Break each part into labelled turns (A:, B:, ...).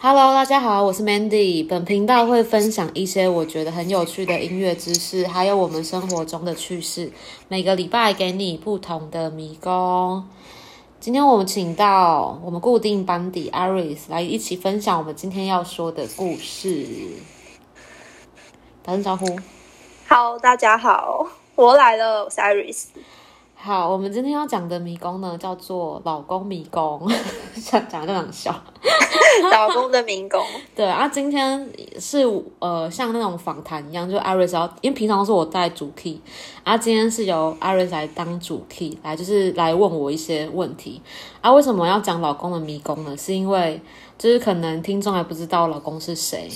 A: Hello，大家好，我是 Mandy。本频道会分享一些我觉得很有趣的音乐知识，还有我们生活中的趣事。每个礼拜给你不同的迷宫。今天我们请到我们固定班底 Aris 来一起分享我们今天要说的故事。打声招呼。
B: Hello，大家好，我来了，我是 Iris。
A: 好，我们今天要讲的迷宫呢，叫做老公迷宫， 想讲就想笑。
B: 老公的民工，
A: 对啊，今天是呃像那种访谈一样，就 Iris 要，因为平常都是我带主 key，啊，今天是由 Iris 来当主 key，来就是来问我一些问题。啊，为什么要讲老公的迷宫呢？是因为就是可能听众还不知道老公是谁，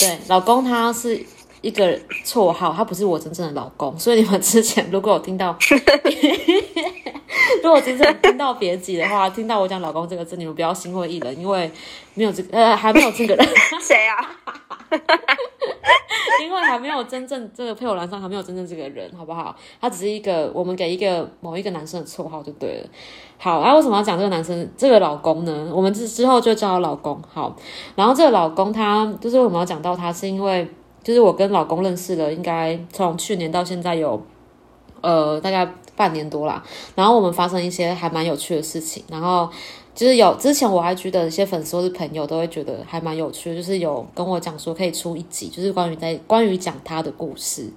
A: 对，老公他是。一个绰号，他不是我真正的老公，所以你们之前如果有听到， 如果之前听到别集的话，听到我讲老公这个字，你们不要心灰意冷，因为没有这个呃还没有这个人，
B: 谁啊？
A: 因为还没有真正这个配偶栏上还没有真正这个人，好不好？他只是一个我们给一个某一个男生的绰号就对了。好，啊，为什么要讲这个男生这个老公呢？我们之之后就叫他老公。好，然后这个老公他就是为什么要讲到他，是因为就是我跟老公认识了，应该从去年到现在有呃大概半年多啦。然后我们发生一些还蛮有趣的事情，然后。就是有之前我 IG 的一些粉丝或是朋友都会觉得还蛮有趣的，就是有跟我讲说可以出一集，就是关于在关于讲他的故事，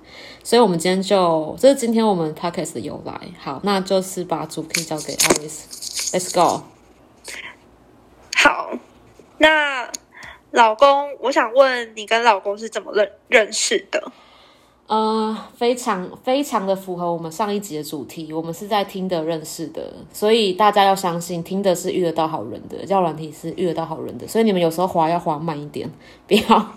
A: 所以我们今天就这是今天我们 podcast 的由来。好，那就是把主 key 交给 Alice，Let's go。
B: 好，那老公，我想问你跟老公是怎么认认识的？
A: 呃，非常非常的符合我们上一集的主题，我们是在听的认识的，所以大家要相信听的是遇得到好人的，叫软体是遇得到好人的，所以你们有时候滑要滑慢一点，不要。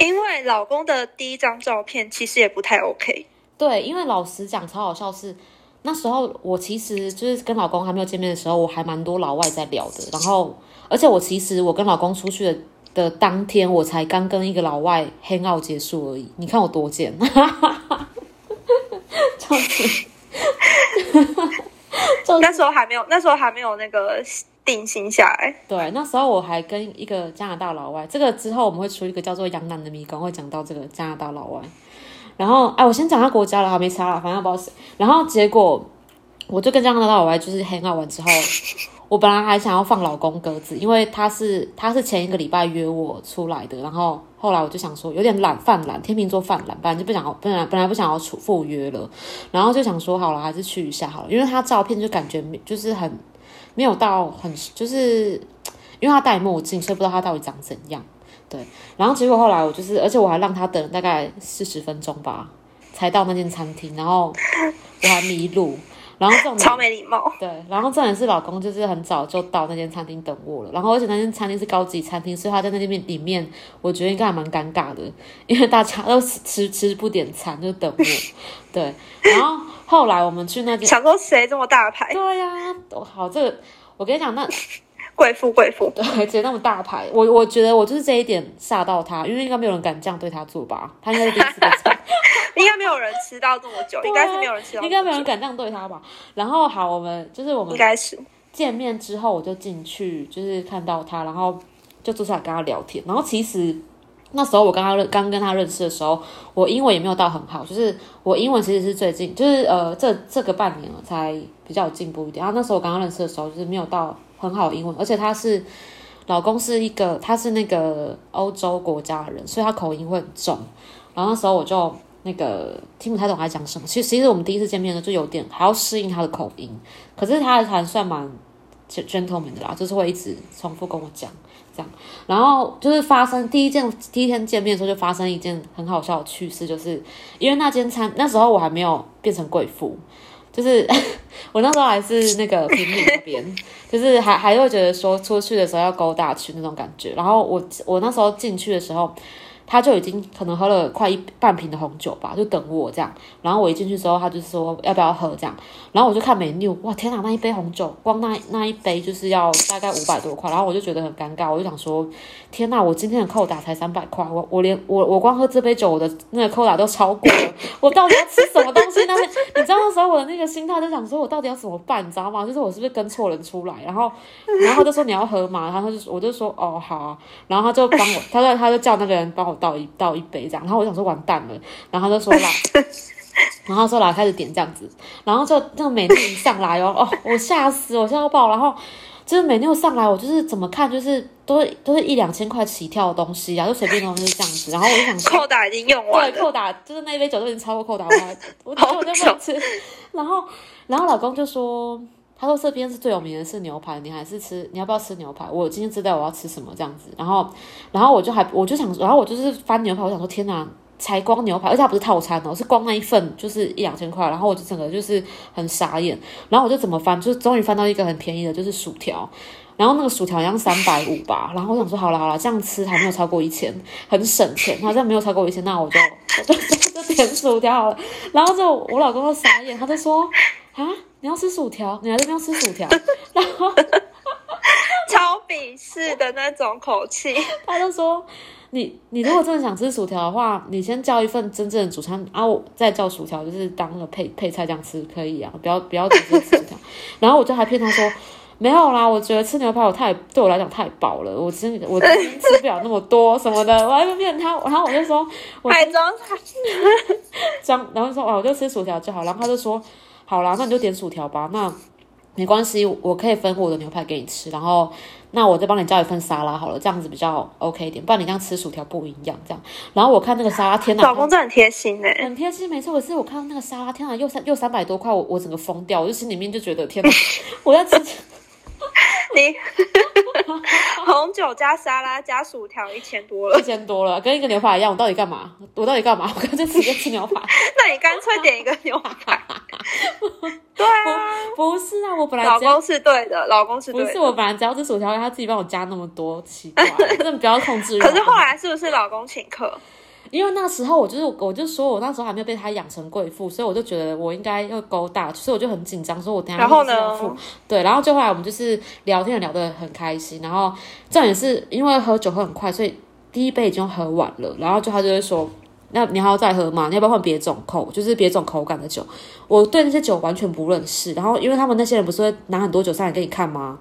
B: 因为老公的第一张照片其实也不太 OK。
A: 对，因为老实讲，超好笑是那时候我其实就是跟老公还没有见面的时候，我还蛮多老外在聊的。然后，而且我其实我跟老公出去的的当天，我才刚跟一个老外 hang out 结束而已。你看我多贱， 就是
B: 那时候还没有，那时候还没有那个定心下来。
A: 对。那时候我还跟一个加拿大老外，这个之后我们会出一个叫做“杨南的迷宫”，会讲到这个加拿大老外。然后，哎，我先讲他国家了，还没差了，反正我不知道谁。然后结果，我就跟加拿大老外就是 hang out 完之后，我本来还想要放老公鸽子，因为他是他是前一个礼拜约我出来的，然后后来我就想说有点懒犯懒，天秤座犯懒，本来就不想要，本来本来不想要出赴约了，然后就想说好了，还是去一下好了，因为他照片就感觉没就是很没有到很就是，因为他戴墨镜，所以不知道他到底长怎样。对，然后结果后来我就是，而且我还让他等大概四十分钟吧，才到那间餐厅，然后我还迷路，然后这种
B: 超没礼貌，
A: 对，然后重点是老公就是很早就到那间餐厅等我了，然后而且那间餐厅是高级餐厅，所以他在那边里面，我觉得应该还蛮尴尬的，因为大家都吃吃吃不点餐就等 我，对，然后后来我们去那间，
B: 想说谁这么大牌，
A: 对呀、哦好，这个我跟你讲，那
B: 贵妇贵妇。
A: 对，而且那么大牌，我我觉得我就是这一点吓到他，因为应该没有人敢这样对他做吧，他应该是第一次 被这样
B: 应该没有人吃到这么久，
A: 对啊
B: 应该是没有人吃到这么久，
A: 应该没有人敢这样对他吧？然后好，我们就是我们
B: 应该是
A: 见面之后，我就进去，就是看到他，然后就坐下来跟他聊天。然后其实那时候我跟他认刚跟他认识的时候，我英文也没有到很好，就是我英文其实是最近，就是呃这这个半年了才比较有进步一点。然后那时候我刚刚认识的时候，就是没有到很好的英文，而且他是老公是一个他是那个欧洲国家的人，所以他口音会很重。然后那时候我就。那个听不太懂他讲什么，其实其实我们第一次见面呢，就有点还要适应他的口音，可是他还算蛮 gentleman 的啦，就是会一直重复跟我讲这样。然后就是发生第一件第一天见面的时候，就发生一件很好笑的趣事，就是因为那间餐那时候我还没有变成贵妇，就是 我那时候还是那个平民那边，就是还还会觉得说出去的时候要勾大去那种感觉。然后我我那时候进去的时候。他就已经可能喝了快一半瓶的红酒吧，就等我这样。然后我一进去之后，他就说要不要喝这样，然后我就看 menu，哇天哪，那一杯红酒光那那一杯就是要大概五百多块，然后我就觉得很尴尬，我就想说，天哪，我今天的扣打才三百块，我我连我我光喝这杯酒，我的那个扣打都超过了，我到底要吃什么东西？那边 你知道那时候我的那个心态就想说，我到底要怎么办，你知道吗？就是我是不是跟错人出来？然后然后他就说你要喝嘛，然后他就我就说哦好啊，然后他就帮我，他说他就叫那个人帮我倒一倒一杯这样，然后我想说完蛋了，然后他就说啦， 然后说来开始点这样子，然后就那个美妞一上来哦，哦，我吓死，我吓到爆，然后。就是美妞上来，我就是怎么看，就是都是都是一两千块起跳的东西啊，就随便的东西这样子。然后我就想说，
B: 扣打已经用完
A: 对，
B: 了，
A: 扣打就是那一杯酒都已经超过扣打，我还我觉得我就不能吃。 然后，然后老公就说，他说这边是最有名的是牛排，你还是吃，你要不要吃牛排？我今天知道我要吃什么这样子。然后，然后我就还我就想，然后我就是翻牛排，我想说天哪，才光牛排，而且它不是套餐哦，是光那一份就是一两千块。然后我就整个就是很傻眼，然后我就怎么翻，就是终于翻到一个很便宜的，就是薯条。然后那个薯条好像三百五吧，然后我想说好了好了，这样吃还没有超过一千，很省钱，好像没有超过一千，那我就 我就就点薯条好了。然后就我老公就傻眼，他就说啊，你要吃薯条，你来这边要吃薯条， 然后
B: 超鄙视的那种口气，
A: 他就说。你你如果真的想吃薯条的话，你先叫一份真正的主餐啊，我再叫薯条，就是当那个配配菜这样吃可以啊，不要不要直接吃薯条。 然后我就还骗他说没有啦，我觉得吃牛排我太对我来讲太饱了，我今我今天吃不了那么多什么的，我还骗他，然后我就说 我
B: 还装傻
A: 张，然后就说哦，我就吃薯条就好。然后他就说，好啦，那你就点薯条吧，那没关系，我可以分我的牛排给你吃，然后那我再帮你叫一份沙拉好了，这样子比较 OK 一点，不然你这样吃薯条不营养这样。然后我看那个沙拉，天哪，
B: 老公真的很贴心哎、
A: 很贴心，没欸错。可是我看到那个沙拉，天哪，又三又三百多块，我我整个疯掉，我就心里面就觉得天哪， 我要吃
B: 你 红酒加沙拉加薯条一千多了
A: 一，千多了，跟一个牛排一样，我到底干嘛？我到底干嘛？我干脆直接吃牛 排。
B: 那你干脆点一个牛 排。对啊，
A: 不是啊，我本来
B: 老
A: 只要
B: 公是对的，老公是
A: 不
B: 对
A: 是
B: 的。
A: 我本来只要吃薯条，他自己帮我加那么多，奇怪， 真的不要控制欲。
B: 可是后来是不是老公请客？
A: 因为那时候我就是我就说我那时候还没有被他养成贵妇，所以我就觉得我应该要勾搭，所以我就很紧张，说我等一下
B: 然后
A: 就是要
B: 呢
A: 付？对，然后就后来我们就是聊天聊得很开心，然后重点是因为喝酒喝很快，所以第一杯已经喝完了，然后就他就会说。那你还要再喝吗？你要不要换别种口，就是别种口感的酒？我对那些酒完全不认识。然后，因为他们那些人不是会拿很多酒上来给你看吗？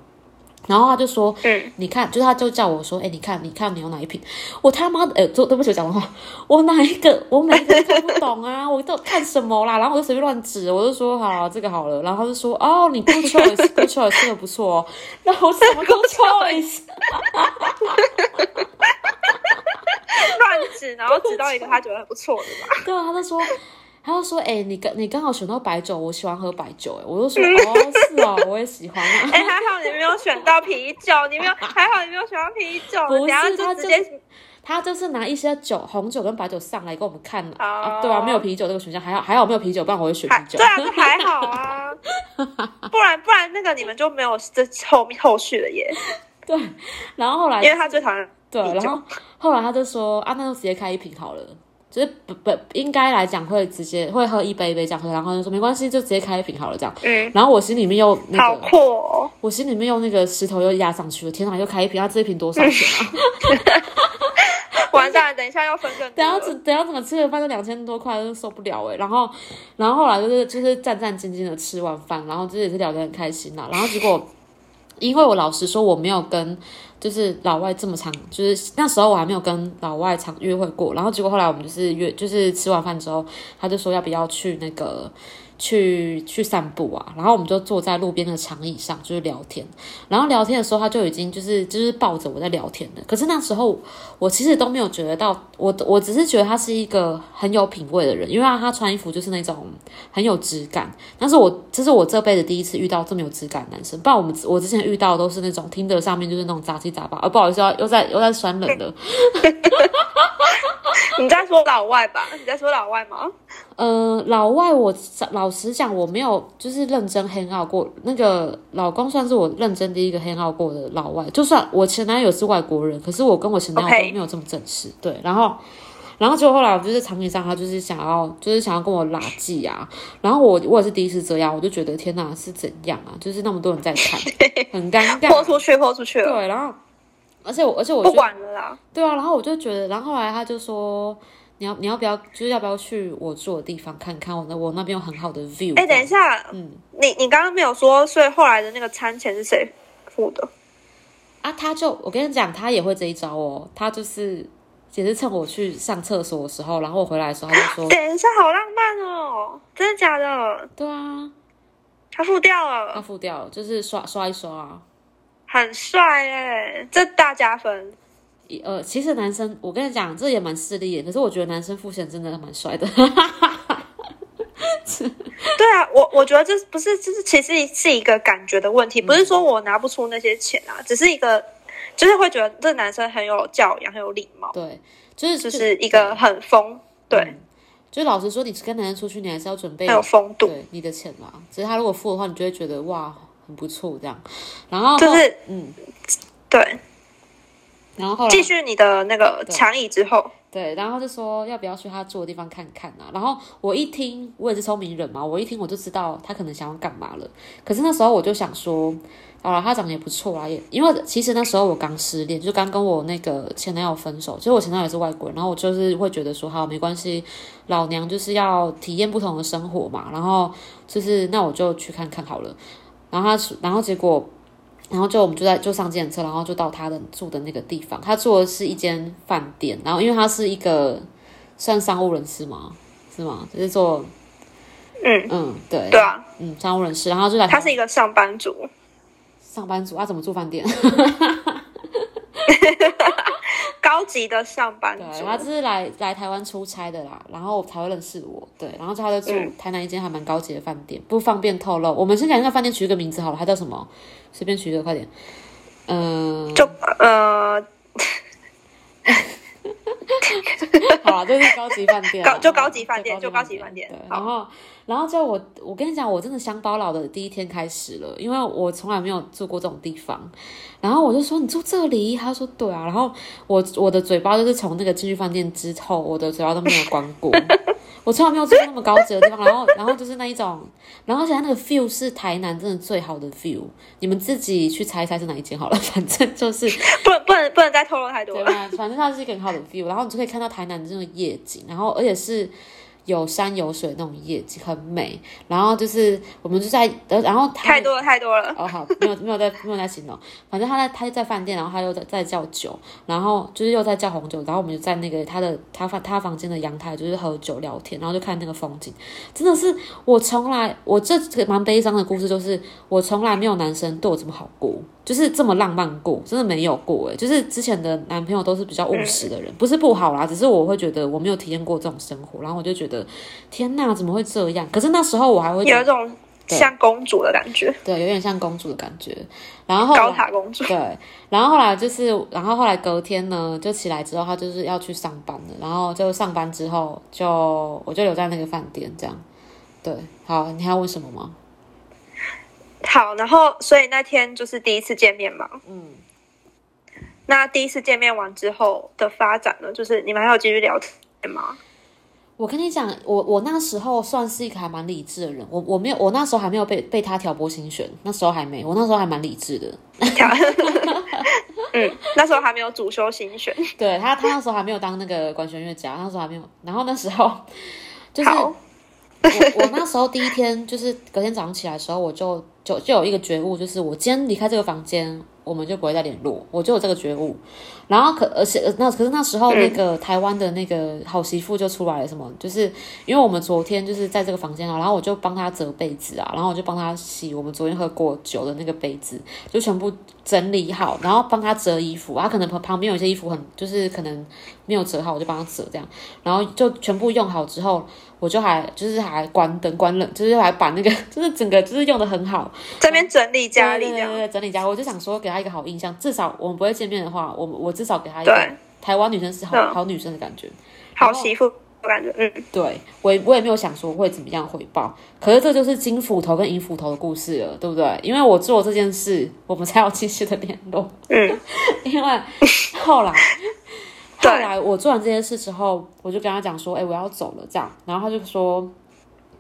A: 然后他就说：“
B: 嗯，
A: 你看，就是他就叫我说，哎、你看，你看你有哪一瓶？我他妈的，呃，做对不起，我讲的话， 我哪一个，我每一个都看不懂啊， 我都看什么啦？然后我就随便乱指，我就说好，这个好了，然后他就说，哦，你 good choice，good choice，这个不 错哦，然后我什么 good choice，
B: 乱指，然后指到一个他觉得很不错的吧。
A: 对啊，他就说，他就说，哎、你刚你刚好选到白酒，我喜欢喝白酒、哎，我就说， 哦，是哦，我也喜欢啊。
B: 哎、还好你没有选到啤酒，你没有，还好你没有选到啤酒，
A: 不是
B: 等下
A: 他
B: 就
A: 就
B: 直接
A: 他就是拿一些酒，红酒跟白酒上来给我们看了、
B: 哦
A: 对啊，没有啤酒这个选项，还好还好没有啤酒，不然我会选
B: 还
A: 啤酒。
B: 对啊，这还好 啊，不然不然那个你们就没有这后面后续了耶，
A: 然后后来
B: 因为他最讨厌
A: 对，
B: 啤
A: 然
B: 酒
A: 后后来他就说啊，那就直接开一瓶好了，就是不不应该来讲会直接会喝一杯一杯这样喝，然后就说没关系，就直接开一瓶好了这样。
B: 嗯，
A: 然后我心里面又那
B: 好
A: 个，
B: 酷哦，
A: 我心里面又那个石头又压上去了，天哪，又开一瓶，他、这一瓶多少钱啊？
B: 完蛋，等一下要分更多
A: 等下
B: 了，
A: 怎等下怎么吃个饭就两千多块，真的受不了哎、然后然后后来就是就是战战兢兢的吃完饭，然后就是也是聊得很开心啦。然后结果因为我老实说我没有跟就是老外这么长，就是那时候我还没有跟老外常约会过。然后结果后来我们就是约就是吃完饭之后，他就说要不要去那个。去去散步啊，然后我们就坐在路边的长椅上，就是聊天。然后聊天的时候，他就已经就是就是抱着我在聊天了。可是那时候我其实都没有觉得到，我我只是觉得他是一个很有品味的人，因为他穿衣服就是那种很有质感。但是我这是我这辈子第一次遇到这么有质感的男生，不然我们我之前遇到的都是那种听的上面就是那种杂七杂八。啊，不好意思啊，又在又在酸人了。
B: 你在说老外吧？你在说老外吗？
A: 呃，老外我老实讲，我没有就是认真 hang out 过。那个老公算是我认真第一个 hang out 过的老外，就算我前男友是外国人，可是我跟我前男友
B: OK
A: 都没有这么正式。对，然后然后结果后来我就是长期上他就是想要就是想要跟我拉近啊，然后我我也是第一次这样，啊我就觉得天哪是怎样啊，就是那么多人在看，很尴
B: 豁
A: 尬。
B: 出去，豁出去了，
A: 对，然后而且我而且啊我
B: 不
A: 觉得
B: 管了啦。
A: 对啊，然后我就觉得，然后后来他就说。你要你要不要就是要不要去我住的地方看看我那我那边有很好的 view。
B: 哎，等一，下，
A: 嗯
B: 你你刚刚没有说，所以后来的那个餐钱是谁付的？
A: 啊，他就我跟你讲，他也会这一招哦。他就是也是趁我去上厕所的时候，然后我回来的时候，他就说，
B: 等一下，好浪漫哦，真的假的？
A: 对啊，
B: 他付掉
A: 他
B: 了，
A: 付掉了，就是刷刷一刷啊。
B: 很帅哎，这大加分。
A: 一呃，其实男生，我跟你讲，这也蛮势利的。可是我觉得男生付钱真的蛮帅的。
B: 对啊，我我觉得这不是，这是其实是一个感觉的问
A: 嗯
B: 题，不是说我拿不出那些钱啊，只是一个，就是会觉得这男生很有教养，很有礼貌，
A: 对，就是
B: 就是一个很风，对，
A: 就老实说，你跟男生出去，你还是要准备
B: 很有风
A: 嗯
B: 度，
A: 对你的钱啦。只是他如果付的话，你就会觉得哇，很不错这样。然 后
B: 就是
A: 嗯，
B: 对。
A: 然后后来
B: 继续你的那个强椅之后，
A: 对，然后就说要不要去他住的地方看看啊？然后我一听，我也是聪明人嘛，我一听我就知道他可能想要干嘛了。可是那时候我就想说，好了，他长得也不错啦，也因为其实那时候我刚失恋，就刚跟我那个前男友分手，其实我前男友也是外国人，然后我就是会觉得说，好，没关系，老娘就是要体验不同的生活嘛，然后就是那我就去看看好了。然后他是，然后结果。然后就我们就在就上计程车，然后就到他的住的那个地方。他住的是一间饭店，然后因为他是一个算商务人士嘛，是吗？就是做
B: 嗯，
A: 嗯对
B: 对啊，
A: 嗯商务人士，然后就来
B: 他是一个上班族，
A: 上班族，他、啊怎么住饭 店？
B: 高级的上班
A: 对，
B: 族，
A: 他就是来来台湾出差的啦，然后才会认识我。对，然后就他就住
B: 嗯
A: 台南一间还蛮高级的饭店，不方便透露。我们先讲那个饭店取一个名字好了，它叫什么？随便取一个，快点。嗯、
B: 就呃
A: 好啦，就是高级饭店啦，
B: 高就高级饭店
A: 对
B: 就高级饭店
A: 对，
B: 好
A: 然后然后就我我跟你讲，我真的乡巴佬的第一天开始了，因为我从来没有住过这种地方。然后我就说你住这里，他说对啊。然后我我的嘴巴就是从那个进去饭店之后，我的嘴巴都没有关 过。我从来没有住过那么高级的地方，然后，然后就是那一种，然后而且它那个 view 是台南真的最好的 view，你们自己去猜一猜是哪一间好了，反正就是
B: 不能不能不能再透露太多
A: 对
B: 了。
A: 吧？反正它是一个很好的 view，然后你就可以看到台南的这种夜景，然后而且是有山有水那种夜景，很美。然后就是我们就在，呃然后他
B: 太多了太多了，
A: 哦，好，没有没有在没有在形容，反正他在他就在饭店，然后他又在在叫酒，然后就是又在叫红酒，然后我们就在那个他的他房他房间的阳台就是喝酒聊天，然后就看那个风景，真的是我从来我这个蛮悲伤的故事，就是我从来没有男生对我这么好过，就是这么浪漫过，真的没有过诶，就是之前的男朋友都是比较务实的人，不是不好啦，只是我会觉得我没有体验过这种生活，然后我就觉得天呐，怎么会这样？可是那时候我还会觉
B: 有
A: 得
B: 一种像公主的感觉，
A: 对，有点像公主的感觉，然后后来
B: 高塔公主。
A: 对，然后后来就是，然后后来隔天呢，就起来之后，他就是要去上班了，然后就上班之后就我就留在那个饭店这样。对，好，你还要问什么吗？
B: 好，然后所以那天就是第一次见面嘛。嗯。那第一次见面完之后的发展呢，就是你们还有继续聊 天吗？
A: 我跟你讲，我我那时候算是一个还蛮理智的人，我我没有，我那时候还没有被被他挑拨心弦，那时候还没，我那时候还蛮理智的。
B: 跳嗯，那时候还没有主修新选，
A: 对他，他那时候还没有当那个管弦乐 家，他那时候还没有，然后那时候就是
B: 好，
A: 我我那时候第一天就是隔天早上起来的时候，我就就就有一个觉悟，就是我今天离开这个房间，我们就不会再联络，我就有这个觉悟。然后可而且呃那可是那时候那个台湾的那个好媳妇就出来了，什么就是因为我们昨天就是在这个房间啊，然后我就帮她折被子啊，然后我就帮她洗我们昨天喝过酒的那个杯子，就全部整理好，然后帮她折衣服。她可能旁旁边有一些衣服很就是可能没有折好，我就帮她折这样，然后就全部用好之后。我就还就是还关灯关冷，就是还把那个 就是整个就是用的很好，
B: 这边整理家里
A: 对对
B: 这
A: 对
B: 样，
A: 对整理家，我就想说给她一个好印象，至少我们不会见面的话，我我至少给她一个
B: 对
A: 台湾女生是好
B: 嗯
A: 好女生的感觉。哦
B: 好媳妇，我感觉，嗯，
A: 对我也我也没有想说会怎么样回报，可是这就是金斧头跟银斧头的故事了，对不对？因为我做这件事，我们才有继续的联络。
B: 嗯，
A: 因为后来后来我做完这件事之后，我就跟他讲说，哎、我要走了这样，然后他就说，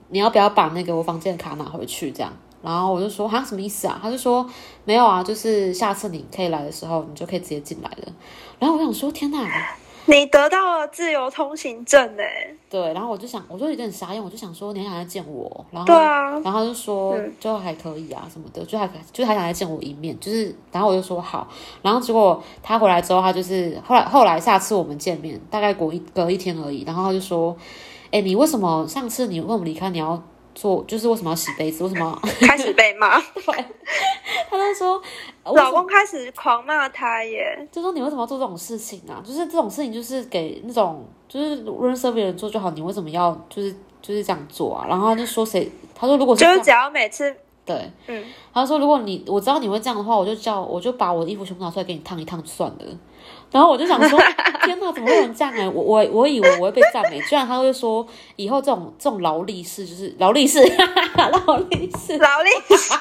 A: 你要不要把那个我房间的卡拿回去这样？然后我就说，哈，什么意思啊？他就说，没有啊，就是下次你可以来的时候，你就可以直接进来了。然后我想说，天哪！
B: 你得到了自由通行证哎、
A: 对，然后我就想，我就有点傻眼，我就想说，你还想来见我？然后
B: 对啊，
A: 然后他就说
B: 嗯
A: 就还可以啊什么的，就还就还想来见我一面，就是然后我就说好，然后结果他回来之后，他就是后来后来下次我们见面，大概隔一隔一天而已，然后他就说，哎、你为什么上次你问我们离开你要做，就是为什么要洗杯子，为什么 要？
B: 开始被骂，
A: 他就说，呃为什
B: 老
A: 么
B: 公开始狂骂他耶，
A: 就说你为什么要做这种事情啊？就是这种事情就是给那种就是认识别人做就好，你为什么要就是就是这样做啊？然后他就说谁，他说如哦果是这
B: 就是
A: 样
B: 只要每次
A: 对。
B: 嗯，
A: 他说：“如果你我知道你会这样的话，我就叫我就把我的衣服全部拿出来给你烫一烫就算了。”然后我就想 说：“天哪，怎么会有人这样哎、我我我以为我会被赞美，欸居然他会说以后这种这种劳力士就是劳力士， 劳力士
B: 劳力士、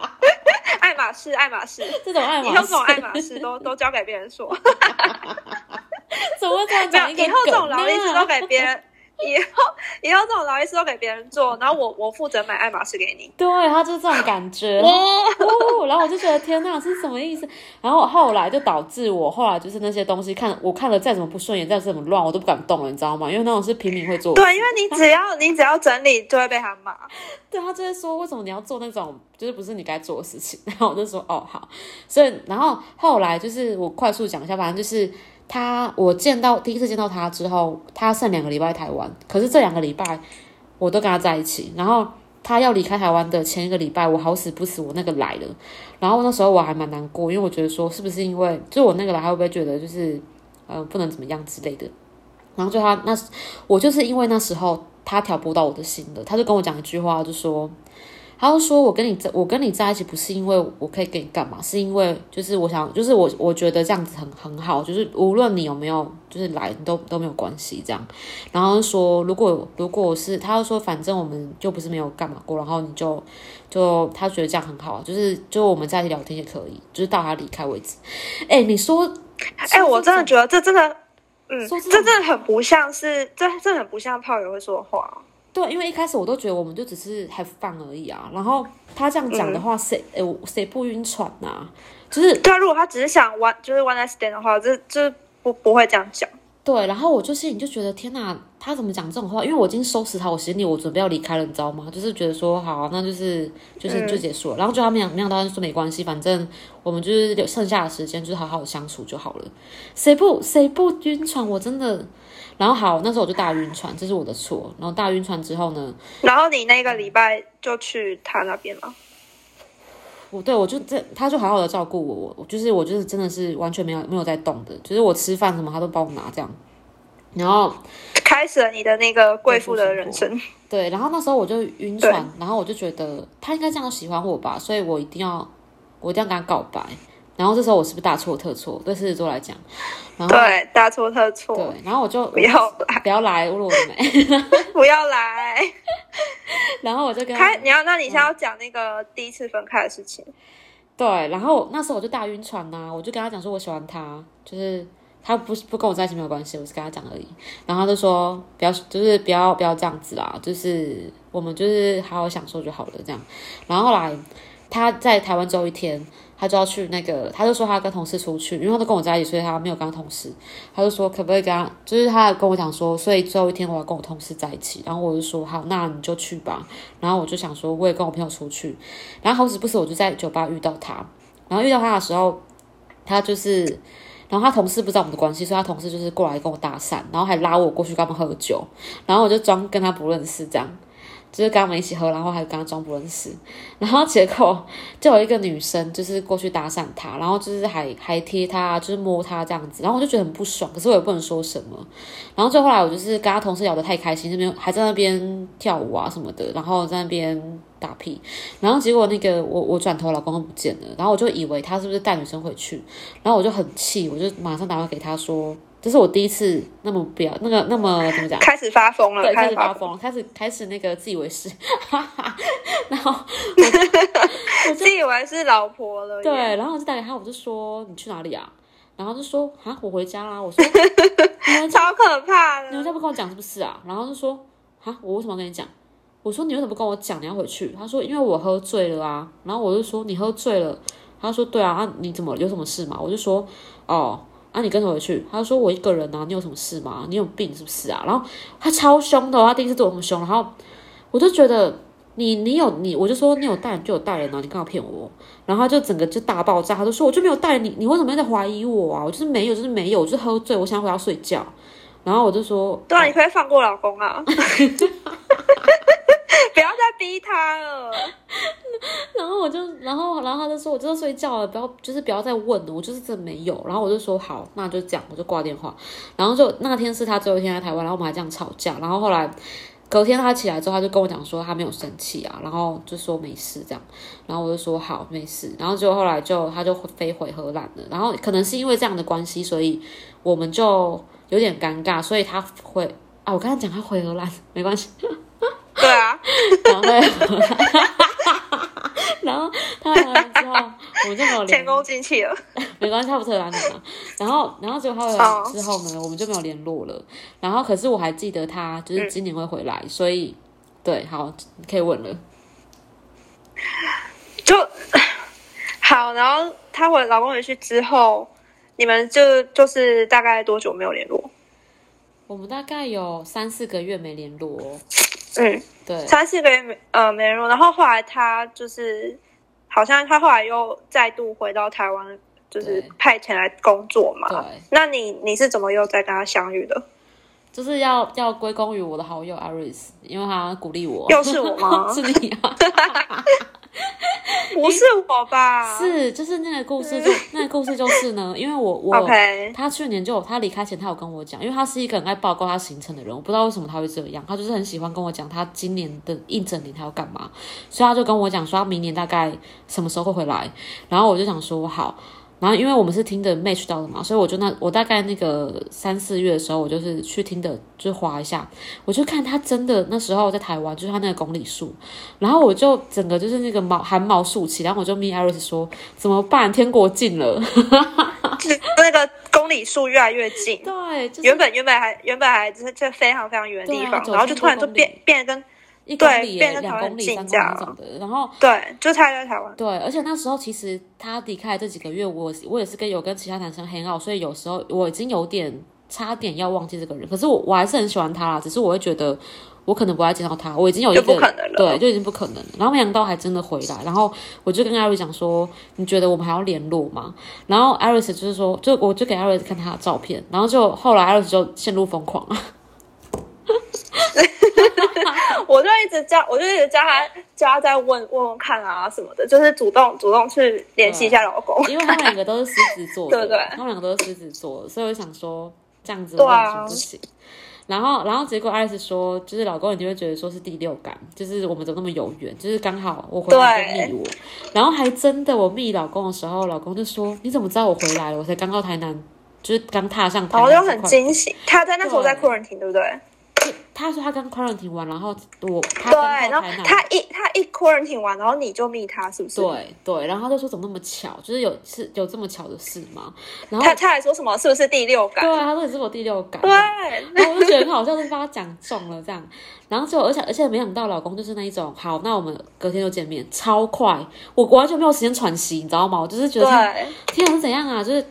B: 爱马仕、爱马仕，
A: 这种爱
B: 以
A: 马
B: 后这
A: 仕，
B: 种爱马仕都都交给别人说，
A: 怎么会这样
B: 没有
A: 讲一个
B: 以后这种劳力士都
A: 梗啊
B: 给别人，以后以后这种劳力士都给别人做，然后我我负责买爱马仕给你。
A: 对，他就是这种感觉。”哦，然后我就觉得天呐，是什么意思？然后后来就导致我后来就是那些东西看我看了再怎么不顺眼，再怎么乱，我都不敢动了，你知道吗？因为那种是平民会做的
B: 对，因为你只要你只要整理，就会被他 骂。
A: 对他就会说，为什么你要做那种就是不是你该做的事情？ 然后我就说，哦，好。所以，然后后来就是我快速讲一下，反正就是他，我见到第一次见到他之后，他剩两个礼拜台湾，可是这两个礼拜我都跟他在一起。然后他要离开台湾的前一个礼拜，我好死不死我那个来了，然后那时候我还蛮难过，因为我觉得说是不是因为就我那个来会不会觉得就是呃不能怎么样之类的。然后就他那我就是因为那时候他挑拨到我的心了，他就跟我讲一句话，就说，他就说我跟你在，我跟你在一起不是因为我可以跟你干嘛，是因为就是我想，就是我我觉得这样子很很好，就是无论你有没有就是来都都没有关系这样。然后说如果如果是，他就说反正我们就不是没有干嘛过，然后你就就他觉得这样很好，啊就是就我们在一起聊天也可以，就是到他离开为止。哎，你说，
B: 哎、我真的觉得这真的，嗯，
A: 说
B: 这
A: 这种
B: 真的很不像是，这这很不像炮友会说的话。
A: 对，因为一开始我都觉得我们就只是 have fun 而已啊。然后他这样讲的话，谁诶我谁不晕船呐、就是
B: 对啊，如果他只是想玩，就是 one night stand 的话，这这不不会这样讲。
A: 对，然后我就心里就觉得天哪，他怎么讲这种话？因为我已经收拾好我行李，我准备要离开了，你知道吗？就是觉得说好啊，那就是就是就结束了。然后就他们想没想到他说没关系，反正我们就是留剩下的时间就是好好相处就好了。谁不谁不晕船？我真的。然后好，那时候我就大晕船，这是我的错。然后大晕船之后呢，
B: 然后你那个礼拜就去他那边了，
A: 我对我就这，他就好好的照顾我，我我就是我就是真的是完全没有没有在动的，就是我吃饭什么他都帮我拿这样，然后
B: 开始了你的那个贵妇的人
A: 嗯
B: 生。
A: 对，然后那时候我就晕船，然后我就觉得他应该这样喜欢我吧，所以我一定要我一定要跟他告白，然后这时候我是不是大错特错？对狮子座来讲，然后
B: 对，大错特错，
A: 嗯对，然后我就
B: 不要 来，
A: 不要来侮辱我的美，
B: 不要来。
A: 然后我就跟他
B: 开，你要，那你现在要讲那个第一次分开的事
A: 嗯
B: 情。
A: 对，然后那时候我就大晕船呐、我就跟他讲说我喜欢他，就是他不不跟我在一起没有关系，我是跟他讲而已。然后他就说不要，就是不要不要这样子啦，就是我们就是好好享受就好了这样。然后后来他在台湾之后一天，他就要去那个，他就说他跟同事出去，因为他都跟我在一起，所以他没有跟他同事。他就说可不可以跟他，就是他跟我讲说，所以最后一天我要跟我同事在一起。然后我就说好，那你就去吧。然后我就想说，我也跟我朋友出去。然后好死不死，我就在酒吧遇到他。然后遇到他的时候，他就是，然后他同事不知道我们的关系，所以他同事就是过来跟我搭讪，然后还拉我过去跟他们喝酒，然后我就装跟他不认识这样。就是跟他们一起喝，然后还跟他装不认识，然后结果就有一个女生就是过去搭讪他，然后就是还还贴他，就是摸他这样子，然后我就觉得很不爽，可是我也不能说什么。然后最后来我就是跟他同事聊得太开心，那边还在那边跳舞啊什么的，然后在那边打屁，然后结果那个我我转头老公都不见了，然后我就以为他是不是带女生回去，然后我就很气，我就马上打电话给他说，这是我第一次那么不要那个那么怎么讲。
B: 开始发疯了，
A: 对，开始
B: 发
A: 发
B: 疯，
A: 疯，开始开始那个自以为是， 然后
B: 自以为是老婆了耶。
A: 对，然后我就打给他，我就说你去哪里啊？然后就说啊，我回家啦。我说你们家
B: 超可怕
A: 你们
B: 的。
A: 家不跟我讲是不是啊？然后就说啊，我为什么要跟你讲？我说你为什么不跟我讲你要回去？他说因为我喝醉了啊。然后我就说你喝醉了，他说对啊，啊你怎么有什么事嘛？我就说哦，啊你跟着回去。他说我一个人啊，你有什么事吗？你有病是不是啊？然后他超凶的哦，他第一次对我很凶，然后我就觉得。你你有你，我就说你有带人就有带人啊，你干嘛骗我？然后他就整个就大爆炸，他就说我就没有带人，你你为什么要在怀疑我啊？我就是没有，就是没有，我就是喝醉，我想回家睡觉。然后我就说，
B: 对啊，你可不可以放过老公 啊！ 不要再逼他了。
A: 然后我就，然后，然后他就说，我就要睡觉了，不要，就是不要再问了，我就是真的没有。然后我就说好，那就这样，我就挂电话。然后就那天是他最后一天在台湾，然后我们还这样吵架。然后后来隔天他起来之后，他就跟我讲说他没有生气啊，然后就说没事这样。然后我就说好，没事。然后就后来就他就飞回荷兰了。然后可能是因为这样的关系，所以我们就有点尴尬，所以他回啊，我刚才讲他回荷兰没关系。
B: 对啊，
A: 然后再然后他回来之后，我们就没有
B: 前
A: 联，
B: 功尽弃了。
A: 没关系，他不特兰你嘛。然后，然后结果他回来之后呢，我们就没有联络了。然后，可是我还记得他
B: 嗯
A: 就是今年会回来，所以对，好，你可以问了。
B: 就 好，然后他回老公回去之后，你们就就是大概多久没有联络？
A: 我们大概有三四个月没联络哦、
B: 嗯，
A: 对，
B: 三四个月没呃没联络，然后后来他就是好像他后来又再度回到台湾，就是
A: 对
B: 派遣来工作嘛。
A: 对，
B: 那你你是怎么又再跟他相遇的？
A: 就是要要归功于我的好友 Iris，因为他鼓励我。
B: 又是我吗？
A: 是你 啊？
B: 不是我吧？
A: 是，就是那个故事就，那个故事就是呢，因为我我
B: OK，
A: 他去年就有，他离开前他有跟我讲，因为他是一个很爱报告他行程的人，我不知道为什么他会这样，他就是很喜欢跟我讲他今年的一整年他要干嘛，所以他就跟我讲说他明年大概什么时候会回来，然后我就想说好，然后因为我们是听的 match 到的嘛，所以我就那我大概那个三四月的时候，我就是去听的就划一下，我就看他真的那时候在台湾就是他那个公里数，然后我就整个就是那个毛汗毛竖起，然后我就 me Iris 说怎么办，天国近了，
B: 就是那个公里数越来越近。
A: 对，就是
B: 原本原本还原本还在在非常非常远的
A: 对啊
B: 地方，
A: 走
B: 然后就
A: 进
B: 突然
A: 多公
B: 就
A: 里
B: 变变得跟
A: 一公
B: 对
A: 里
B: 变
A: 耶、
B: 成
A: 两
B: 台湾
A: 公里、
B: 竞
A: 三公里
B: 价
A: 那种的。然后
B: 对，就是他在台湾。
A: 对，而且那时候其实他离开这几个月，我我也是跟有跟其他男生 hang out，所以有时候我已经有点差点要忘记这个人，可是我我还是很喜欢他啦，只是我会觉得我可能不爱见到他，我已经有一
B: 就
A: 个
B: 不可能了
A: 对，就已经不可能了。然后没想到还真的回来，然后我就跟艾瑞讲说，你觉得我们还要联络吗？然后艾瑞就是说，就我就给艾瑞看他的照片，然后就后来艾瑞就陷入疯狂了，
B: 我就一直叫，我就一直叫他，叫他再问问问看啊什么的，就是主动主动去联系一
A: 嗯
B: 下 老公。
A: 因为他们两个都是狮子座的，
B: 对不对
A: 他们两个都是狮子座，所以我想说这样子
B: 对
A: 我
B: 啊
A: 为什么不行？然后，然后结果艾丽说，就是老公，你就会觉得说是第六感，就是我们怎么那么有缘，就是刚好我回来
B: 对
A: 就密我，然后还真的我密老公的时候，老公就说你怎么知道我回来了？我才刚到台南，就是刚踏上台
B: 然后
A: 南，
B: 哦就很惊喜，他在那时候在
A: 对
B: 库伦廷，对不对？
A: 他说他刚 quarantine 完，然后我他
B: 对，
A: 刚
B: 然
A: 到
B: 后
A: 台南，
B: 他一他一库伦廷完，然后你就密他，是不是？，
A: 对对，然后他就说怎么那么巧，就是有是有这么巧的事吗？然后
B: 他他还说什么？是不是第六感？
A: 对，他说你是我第六感，
B: 对，啊
A: 然后我就觉得很好笑，就是把他讲中了这样。然后就而且而且没想到老公就是那一种，好，那我们隔天就见面，超快，我我完全没有时间喘息，你知道吗？我就是觉得天
B: 对，哎
A: 天啊是怎样啊，就是，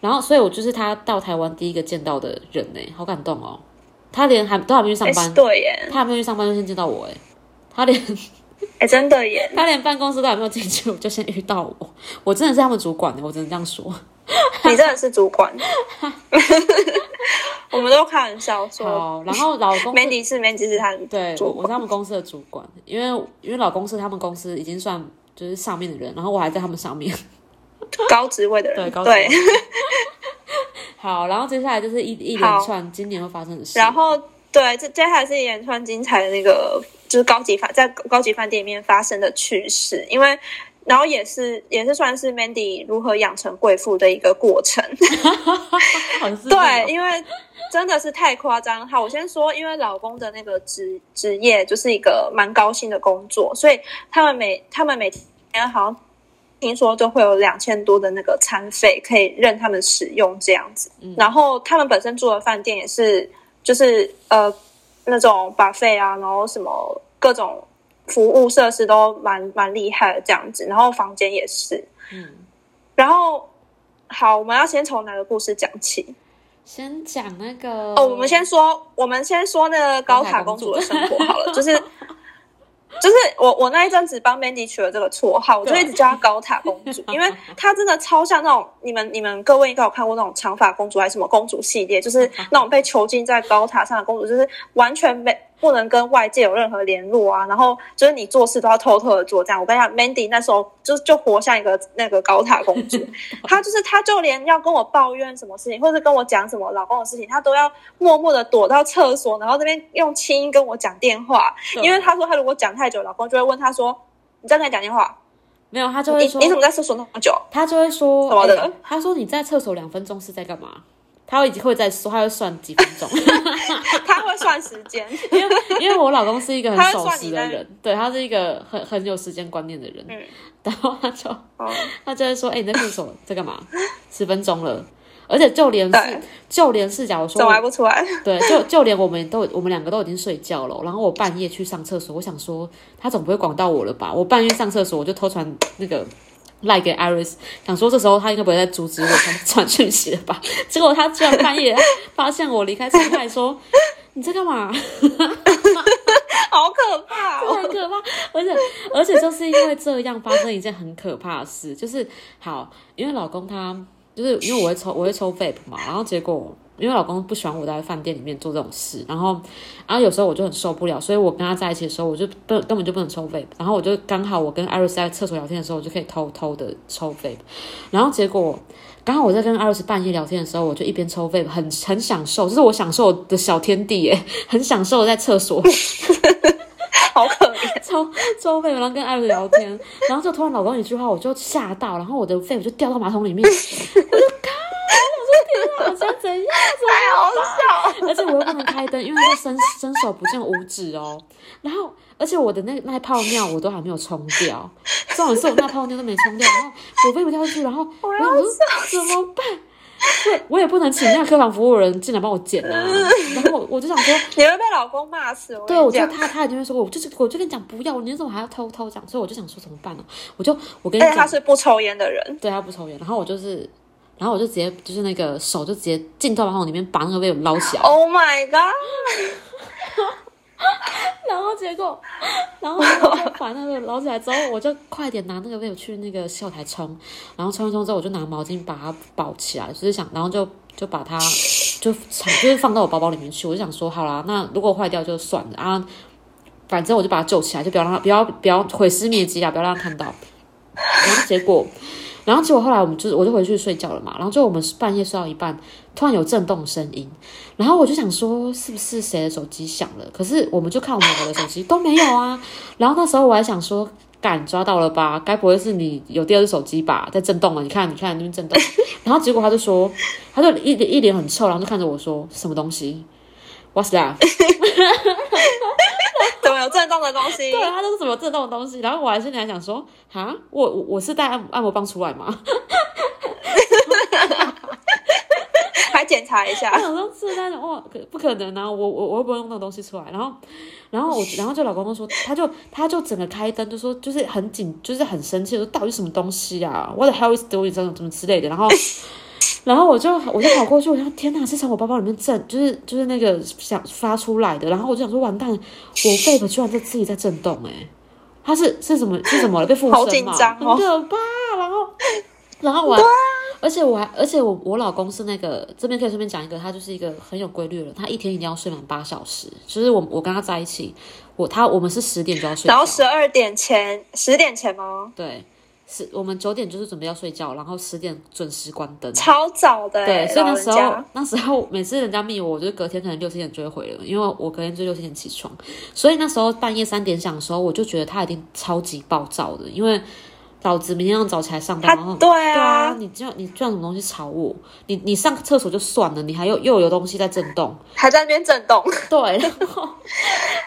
A: 然后所以我就是他到台湾第一个见到的人呢、好感动哦。他连还都还没去上
B: 哎、
A: 班，
B: 对耶，
A: 他还没去上班就先见到我哎、他连，
B: 哎、真的耶
A: 他连办公室都还没有进去，我就先遇到我，我真的是他们主管欸的、我只能这样说。
B: 你真的是主管。 我们都开玩笑说，
A: 好，然后老公
B: 梅迪是梅迪是他的
A: 对，我
B: 主
A: 我是
B: 管，
A: 他们公司的主管，因为因为老公是他们公司已经算就是上面的人，然后我还在他们上 面，
B: 高职位的
A: 对，
B: 人，
A: 高
B: 对
A: 层。好，然后接下来就是一一连
B: 好
A: 串今年会发生的事，
B: 然后对，这这还是一连串精彩的那个，就是高级饭在高级饭店里面发生的趣事，因为。然后也是也是算是 Mandy 如何养成贵妇的一个过程，
A: 好像是
B: 对，因为真的是太夸张。好，我先说，因为老公的那个职职业就是一个蛮高薪的工作，所以他们每他们每天好像听说就会有两千多的那个餐费可以任他们使用这样子。然后他们本身住的饭店也是，就是呃那种 buffet 啊，然后什么各种服务设施都蛮蛮厉害的这样子，然后房间也是。
A: 嗯，
B: 然后好，我们要先从哪个故事讲起？
A: 先讲那个
B: 哦，我们先说，我们先说那个高塔公主的生活好了，就是就是我我那一阵子帮 Mandy 取了这个绰号，我就
A: 对
B: 一直叫她高塔公主，因为她真的超像那种你们你们各位应该有看过那种长发公主还是什么公主系列，就是那种被囚禁在高塔上的公主，就是完全没。不能跟外界有任何联络啊，然后就是你做事都要偷偷的做这样。我跟你讲，Mandy 那时候就就活像一个那个高塔公主，她就是她就连要跟我抱怨什么事情，或者跟我讲什么老公的事情，她都要默默的躲到厕所，然后那边用轻音跟我讲电话，
A: 对
B: 因为她说她如果讲太久，老公就会问她说：“你在哪里讲电话？
A: 没有，他就
B: 你
A: 会说
B: 你怎么在厕所那么久
A: 他就会说
B: 什么的
A: 哎他说你在厕所两分钟是在干嘛？他会会在说，他会算几分 钟，？”
B: 她会算时间，
A: 因为因为我老公是一个
B: 他
A: 很
B: 会
A: 守
B: 算
A: 时
B: 你
A: 的
B: 在
A: 人，对他是一个很很有时间观念的人，
B: 嗯
A: 然后他就
B: 哦
A: 他就会说，哎、你在厕所在干嘛？十分钟了，而且就连是
B: 对啊
A: 就连是假如说
B: 怎么还不出来？
A: 对，就就连我们都我们两个都已经睡觉了，然后我半夜去上厕所，我想说他总不会管到我了吧？我半夜上厕所，我就偷传那个赖给 Iris，想说这时候他应该不会再阻止我传 传讯息了吧？结果他居然半夜发现我离开床外，说你在干嘛？
B: 好可怕、
A: 这
B: 哦！
A: 很可怕，而且而且就是因为这样发生一件很可怕的事，就是好，因为老公他就是因为我会抽我会抽 vape 嘛，然后结果因为老公不喜欢我在饭店里面做这种事，然后然后有时候我就很受不了，所以我跟他在一起的时候，我就不根本就不能抽 vape，然后我就刚好我跟艾瑞斯在厕所聊天的时候，我就可以偷偷的抽 vape，然后结果。刚好我在跟艾瑞斯半夜聊天的时候，我就一边抽 vape，很很享受，这是我享受的小天地耶，很享受在厕所
B: 好可怜，
A: 超超费，然后跟艾瑞聊天，然后就突然老公一句话，我就吓到，然后我的肺我就掉到马桶里面，我就靠，我说天啊，我现在怎样？
B: 太好笑了！
A: 而且我又不能开灯，因为是伸伸手不见五指哦。然后，而且我的那那一泡尿我都还没有冲掉，重点是我那泡尿都没冲掉，然后我被我掉下去，然后我想说怎么办？ 我我也不能请那个客房服务人进来帮我捡啊，然后我我就想说。
B: 你会被老公骂死，我跟
A: 对，我
B: 你
A: 觉得
B: 讲。
A: 他他一定会说，我就是我就跟你讲不要，你怎么还要偷偷讲？所以我就想说怎么办呢、我就我跟你
B: 而且哎他
A: 讲，
B: 是不抽烟的人，
A: 对他不抽烟，然后我就是，然后我就直接就是那个手就直接进到马桶里面把那个被我捞起来，
B: Oh my god！
A: 然后结果，然后我就把那个捞起来之后，我就快点拿那个被我去那个洗手台冲，然后冲一冲之后，我就拿毛巾把它包起来，就是想，然后就就把它就藏就是放到我包包里面去。我就想说，好啦，那如果坏掉就算了啊，反正我就把它救起来，就不要让它不要不要毁尸灭迹啊，不要让它看到。然后结果，然后结果后来我们就是我就回去睡觉了嘛，然后就我们半夜睡到一半，突然有震动声音，然后我就想说是不是谁的手机响了，可是我们就看我们两个的手机都没有啊， 然后那时候我还想说。敢抓到了吧？该不会是你有第二只手机吧？在震动了，你看，你看那边震动。 然后结果他就说，他就一脸一脸很臭，然后就看着我说什么东西，What's that？
B: 怎么有震动的东 西？
A: 对，他就是怎么震动的东西。然后我还是还想说，哈，我我我是带按按摩棒出来吗？
B: 还检查一下
A: 我。想说是那种哇，可不可能啊！我我我又不会弄那种东西出来。然后，然后我，然后就老公就说，他就他就整个开灯，就说就是很紧，就是很生气，说到底什么东西啊？What the hell is doing 这种什么之类的。然后，然后我就我就跑过去，我想天哪，是从我包包里面震，就是就是那个想发出来的。然后我就想说完蛋，我 vape 居然在自己在震动哎、他是是什么是什么了？被附身嘛？
B: 好紧张哦啊
A: 很可怕。然后，然后我还。而且我还，而且我我老公是那个这边可以顺便讲一个，他就是一个很有规律的人，他一天一定要睡满八小时。就是我我跟他在一起，我他我们是十点就要睡觉，
B: 然后十二点前，十点前吗？
A: 对，是我们九点就是准备要睡觉，然后十点准时关灯。
B: 超早的、欸，
A: 对，所以
B: 老
A: 那
B: 人
A: 时候
B: 家
A: 那时候每次人家密我，我就隔天可能六七点就会回了，因为我隔天就六七点起床，所以那时候半夜三点响的时候，我就觉得他一定超级暴躁的，因为老子明天要早起来上班，
B: 他
A: 然后
B: 对
A: 对啊
B: 啊，，
A: 你这样你这样什么东西吵我？你你上厕所就算了，你还有又有东西在震动，
B: 还在那边震动，
A: 对，然后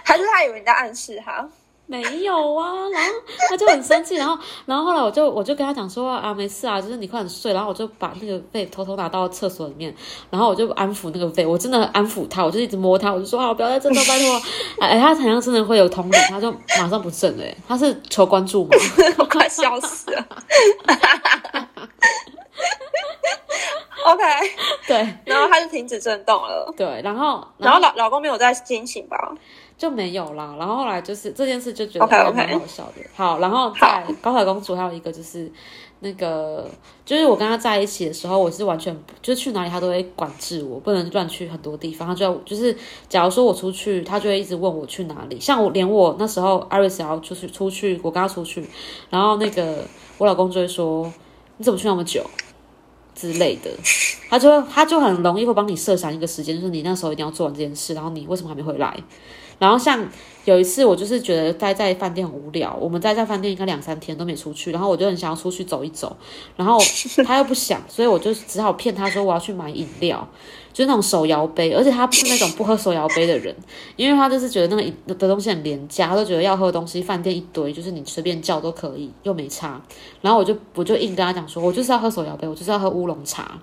B: 还是他以为你在暗示他？
A: 没有啊，然后他就很生气，然后然后后来我就我就跟他讲说啊，没事啊，就是你快点睡，然后我就把那个被偷偷拿到厕所里面，然后我就安抚那个被，我真的安抚他，我就一直摸他，我就说啊，我不要在这头拜托， 哎，他好像真的会有同理，他就马上不正了、欸，他是求关注吗？
B: 我快笑死了。OK，
A: 对
B: 然后他就停止震动了，
A: 对，然后
B: 然后老老公没有在惊醒吧？
A: 就没有啦。然后后来就是这件事就觉得
B: OK，OK
A: 还蛮好笑的。好，然后在高凯公主还有一个就是那个，就是我跟他在一起的时候，我是完全不就是去哪里他都会管制我，不能乱去很多地方。他就要就是，假如说我出去，他就会一直问我去哪里。像我连我那时候艾瑞斯要出去出去，我跟他出去，然后那个我老公就会说你怎么去那么久之类的。他就会，他就很容易会帮你设想一个时间，就是你那时候一定要做完这件事，然后你为什么还没回来？然后像有一次，我就是觉得待在饭店很无聊，我们待在饭店应该两三天都没出去，然后我就很想要出去走一走，然后他又不想，所以我就只好骗他说我要去买饮料，就是那种手摇杯，而且他不是那种不喝手摇杯的人，因为他就是觉得那个饮的东西很廉价，他就觉得要喝的东西饭店一堆，就是你随便叫都可以，又没差。然后我就我就硬跟他讲说，我就是要喝手摇杯，我就是要喝乌龙茶。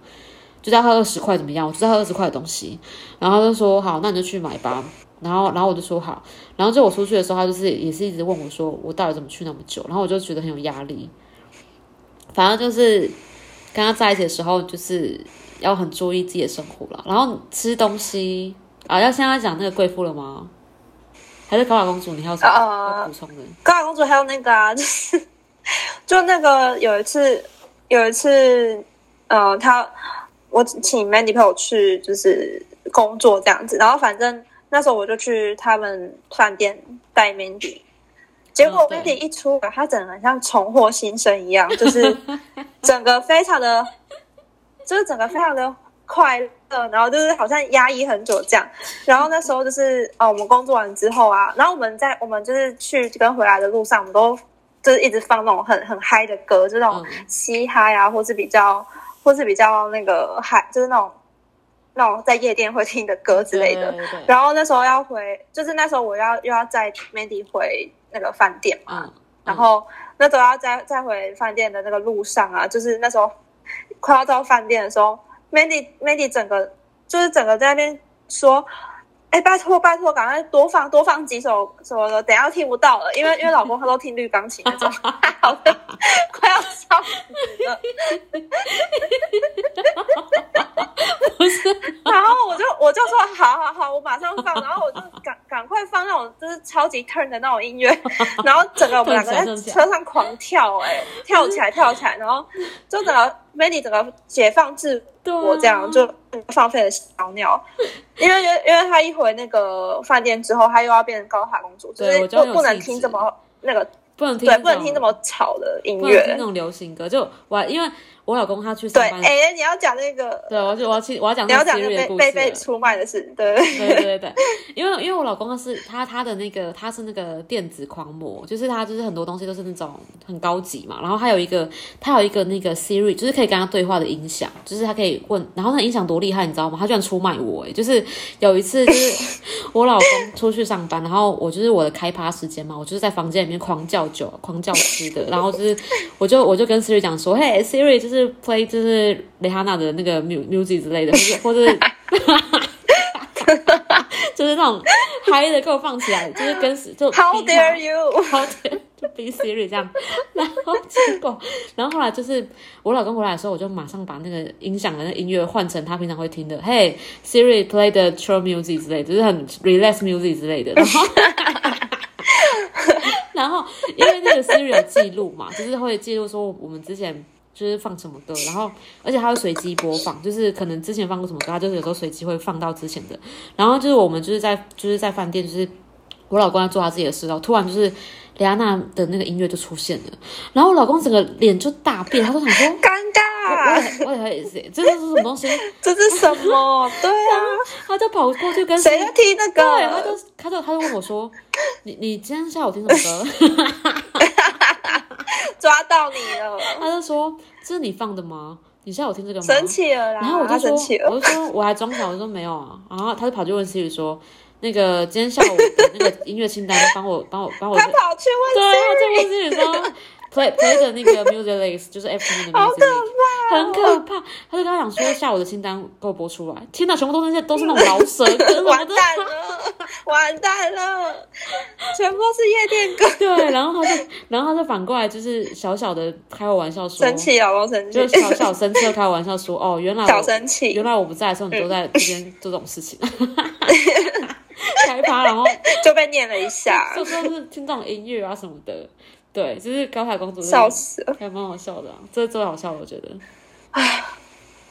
A: 就是要喝二十块怎么样？我就是要喝二十块的东西，然后他就说好，那你就去买吧。然后，然后我就说好，然后就我出去的时候，他就是也是一直问我说我到底怎么去那么久，然后我就觉得很有压力。反正就是跟他在一起的时候，就是要很注意自己的生活啦。然后吃东西啊，要现在讲那个贵妇了吗？还是高雅公主？你还有什么
B: 啊
A: 要补充的？
B: 高雅公主还有那个啊， 就是就那个有一次，有一次，呃，她我请 Mandy 陪我去就是工作这样子，然后反正那时候我就去他们饭店带 Mandy。结果
A: 嗯对
B: Mandy 一出来，她整个很像重获新生一样，就是整个非常的，就是整个非常的快乐，然后就是好像压抑很久这样。然后那时候就是呃，我们工作完之后啊，然后我们在我们就是去跟回来的路上，我们都就是一直放那种很很嗨的歌，就那种
A: 嗯
B: 嘻哈呀、或是比较或是比较那个嗨，就是那种那种在夜店会听的歌之类的。
A: 对对对，
B: 然后那时候要回，就是那时候我要又要载 Mandy 回那个饭店嘛，
A: 嗯，
B: 然后那时候要再再回饭店的那个路上啊，就是那时候快要到饭店的时候，Mandy Mandy 整个就是整个在那边说。哎，拜托拜托，赶快多放多放几首什么的，等一下听不到了，因为因为老公他都听绿钢琴那种， 好的，快要笑死了。 然后我就我就说好好好，我马上放，然后我就赶赶快放那种就是超级 turn 的那种音乐，然后整个我们两个在车上狂跳、哎，跳起来跳起来，然后就整个 Mandy 整个解放自
A: 对啊
B: 我这样就放飞了小鸟，因为因为因为她一回那个饭店之后，她又要变成高塔公主，就
A: 对
B: 是
A: 我就要
B: 不
A: 有
B: 不能
A: 气质
B: 听这么那个
A: 不能听
B: 对，
A: 种
B: 不能听这么吵的音
A: 不能听
B: 乐
A: 那，种流行歌，就我因为我老公他去上
B: 对，
A: 班，
B: 哎、你要讲那个。
A: 对，我就我要去我要讲
B: 你
A: 那
B: 要
A: 个
B: 讲那
A: Siri 的
B: 被
A: 故
B: 被
A: 事
B: 被
A: 了。
B: 出卖的事，对，
A: 对对对对，因为因为我老公他是他他的那个他是那个电子狂魔，就是他就是很多东西都是那种很高级嘛，然后还有一个他有一个那个 Siri，就是可以跟他对话的音响，就是他可以问，然后那音响多厉害，你知道吗？他居然出卖我、欸，就是有一次就是我老公出去上班，然后我就是我的开趴时间嘛，我就是在房间里面狂叫酒、狂叫吃的，然后就是我就我就跟 Siri 讲说，嘿 Siri，就是 play 就是蕾哈娜的那个 mu- music 之类的，或者或者。就是那种嗨的，给我放起来，就是跟就
B: How
A: 逼他
B: dare you？
A: 好点，就逼 Siri 这样。 然后结果，然后后来就是我老公回来的时候，我就马上把那个音响的那音乐换成他平常会听的，嘿 Siri play the chill music 之类的，就是很 relax music 之类的。然后。然后，因为那个 Siri 有记录嘛，就是会记录说我们之前就是放什么歌，然后而且它会随机播放，就是可能之前放过什么歌，它就是有时候随机会放到之前的。然后就是我们就是在就是在饭店，就是我老公在做他自己的事，然后突然就是蕾安娜的那个音乐就出现了，然后我老公整个脸就大变，他就想 说。
B: 尴
A: 我
B: 尬，
A: 也我也会这这是什么东西？
B: 这是什么？对啊，
A: 他就跑过去跟
B: 谁在听那
A: 对，他
B: 个
A: 就？他就他就问我说：“你你今天下午听什么 歌
B: 抓到你？”了，
A: 他就说：“这是你放的吗？你下午听这个吗？”
B: 生气了啦！
A: 然后我
B: 他
A: 就说
B: 生气，了，
A: 啊我就说我还装傻，我说没有啊。然后他就跑去问 Siri 说，那个今天下午的那个音乐清单，帮我帮我帮我，
B: 他跑去
A: 对啊，
B: 问 Siri，
A: 这不是说 play play 的那个 music list，就是 Apple 的 music
B: 哦
A: list，很可怕。他就跟他讲说，下午的清单给我播出来。天哪，全部都是那些都是那种饶舌歌，什么
B: 完
A: 的。
B: 蛋了， 完蛋 了，全部都是夜店歌，
A: 对，然后他就，然后他就反过来就是小小的开我玩笑说，
B: 生气哦老公生气
A: 就，小小生气地开我玩笑说，哦，原来
B: 小
A: 我
B: 生气
A: 原，来我不在的时候，你都在这边做这种事 情，开趴，然后
B: 就被念了一下，
A: 就说是听这种音乐啊什么的，对，就是高凯公主真的
B: 笑死了。
A: 还蛮好笑的、啊，这是最好笑的，我觉得。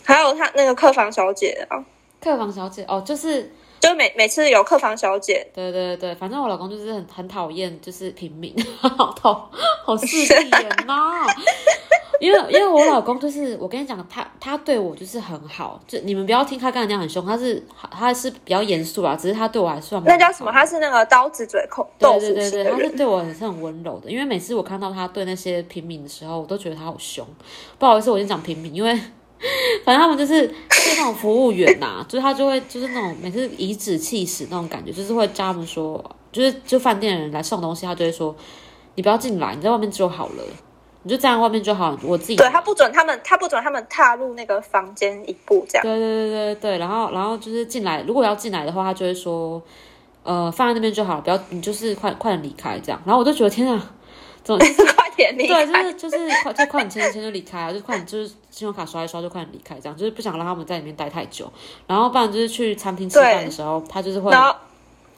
B: 还有他那个客房小姐啊，
A: 客房小姐哦，就是
B: 就每每次有客房小姐，
A: 对对对，反正我老公就是很很讨厌，就是平民， 好讨好势利眼呐、 因为因为我老公就是我跟你讲，他他对我就是很好，就你们不要听他刚才那样很凶，他是他是比较严肃啦，啊只是他对我还算蛮
B: 那叫什么？
A: 好
B: 她是那个刀子嘴口豆
A: 对对
B: 腐
A: 嗯对
B: 型
A: 对，
B: 的
A: 他是
B: 人，
A: 对我很是很温柔的，因为每次我看到他对那些平民的时候，我都觉得他好凶。不好意思，我先讲平民，因为 反正他们就是就是那种服务员呐、 就是他就会就是那种每次颐指气使那种感觉，就是会叫他们说，就是就饭店的人来送东西，他就会说你不要进来，你在外面就好了，你就站在外面就好，我自己
B: 对他不准他们，他不准他们踏入那个房间一步，这样
A: 对对对对对，然后然后就是进来，如果要进来的话，他就会说，呃，放在那边就好，不要你就是快快点离开这样。然后我就觉得天啊，怎么
B: 快点离
A: 对，就
B: 开。
A: 是就是快就快点签一签就离开啊，就快点就是信用卡刷一刷就快点离开这样，就是不想让他们在里面待太久。然后不然就是去餐厅吃
B: 对
A: 饭的时候，他就是会，
B: 然后，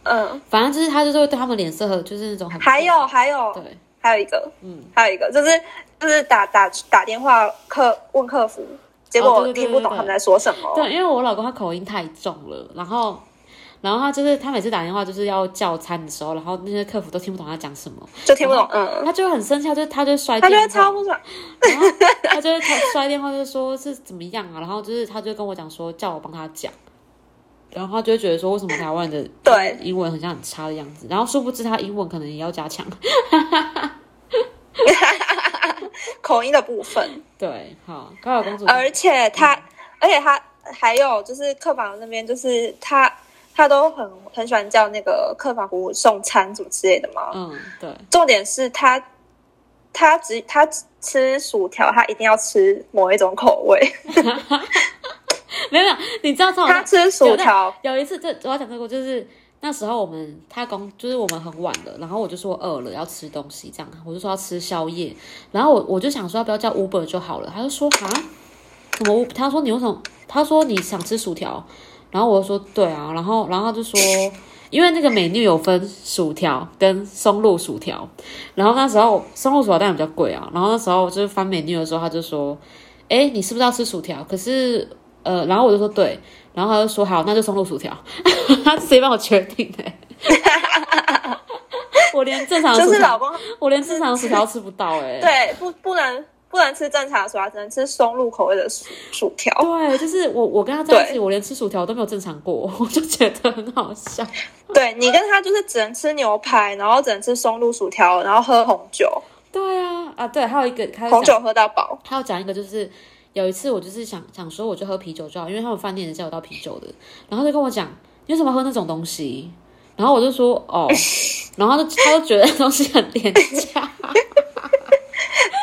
B: 嗯，
A: 反正就是他就是会对他们脸色和就是那种很
B: 还有还有
A: 对
B: 还有一个，
A: 嗯，
B: 还有一个就是就是打打打电话客问客服，结
A: 哦
B: 果
A: 对对对
B: 听不懂
A: 对对
B: 他们在说什么。
A: 对，因为我老公他口音太重了，然后。然后他就是他每次打电话就是要叫餐的时候，然后那些客服都听不懂他讲什么，
B: 就听不懂，嗯，
A: 他就会很生气，他就他就摔
B: 他
A: 电
B: 就
A: 话，
B: 会超不爽，
A: 然后他就会他摔电话就说是怎么样啊，然后就是他就跟我讲说叫我帮他讲，然后他就会觉得说为什么台湾的
B: 对
A: 英文很像很差的样子，然后殊不知他英文可能也要加强。
B: 口音的部分，
A: 对，好，高晓公主，
B: 而且他，而且他还有就是客房那边，就是他他都很很喜欢叫那个客房服务送餐什么之类的嘛。
A: 嗯，对，
B: 重点是他他只他只吃薯条，他一定要吃某一种口味，
A: 没有，没有，你知道这种
B: 他吃薯条。
A: 有一次，这我要讲这个，就是那时候我们他公，就是我们很晚了，然后我就说饿了要吃东西，这样我就说要吃宵夜，然后我我就想说要不要叫 Uber 就好了，他就说啊，怎么 Uber？他说你为什么？他说你想吃薯条，然后我就说对啊，然后然后他就说。因为那个美女有分薯条跟松露薯条，然后那时候松露薯条当然比较贵啊，然后那时候就是翻美女的时候，他就说：“哎，你是不是要吃薯条？”可是呃，然后我就说对，然后他就说好，那就松露薯条， 他直接帮我决定哎、 我连正常的
B: 就
A: 啊薯
B: 是
A: 条，
B: 老公
A: 我连正常的薯条都吃不到哎、
B: 对不不能不能吃正常的薯条，只能吃松露口味的薯薯条。
A: 对，就是我我跟他在一起，我连吃薯条都没有正常过， 我就觉得很好笑。
B: 对你跟他就是只能吃牛排，然后只能吃松露薯条，然后喝红酒，
A: 对啊，啊对，还有一个他有
B: 红
A: 讲，
B: 酒喝到饱。
A: 他有讲一个就是。有一次我就是想想说我就喝啤酒就好，因为他们饭店也是有到啤酒的，然后他就跟我讲你为什么喝那种东西，然后我就说 哦，然后他就他就觉得那东西很廉价，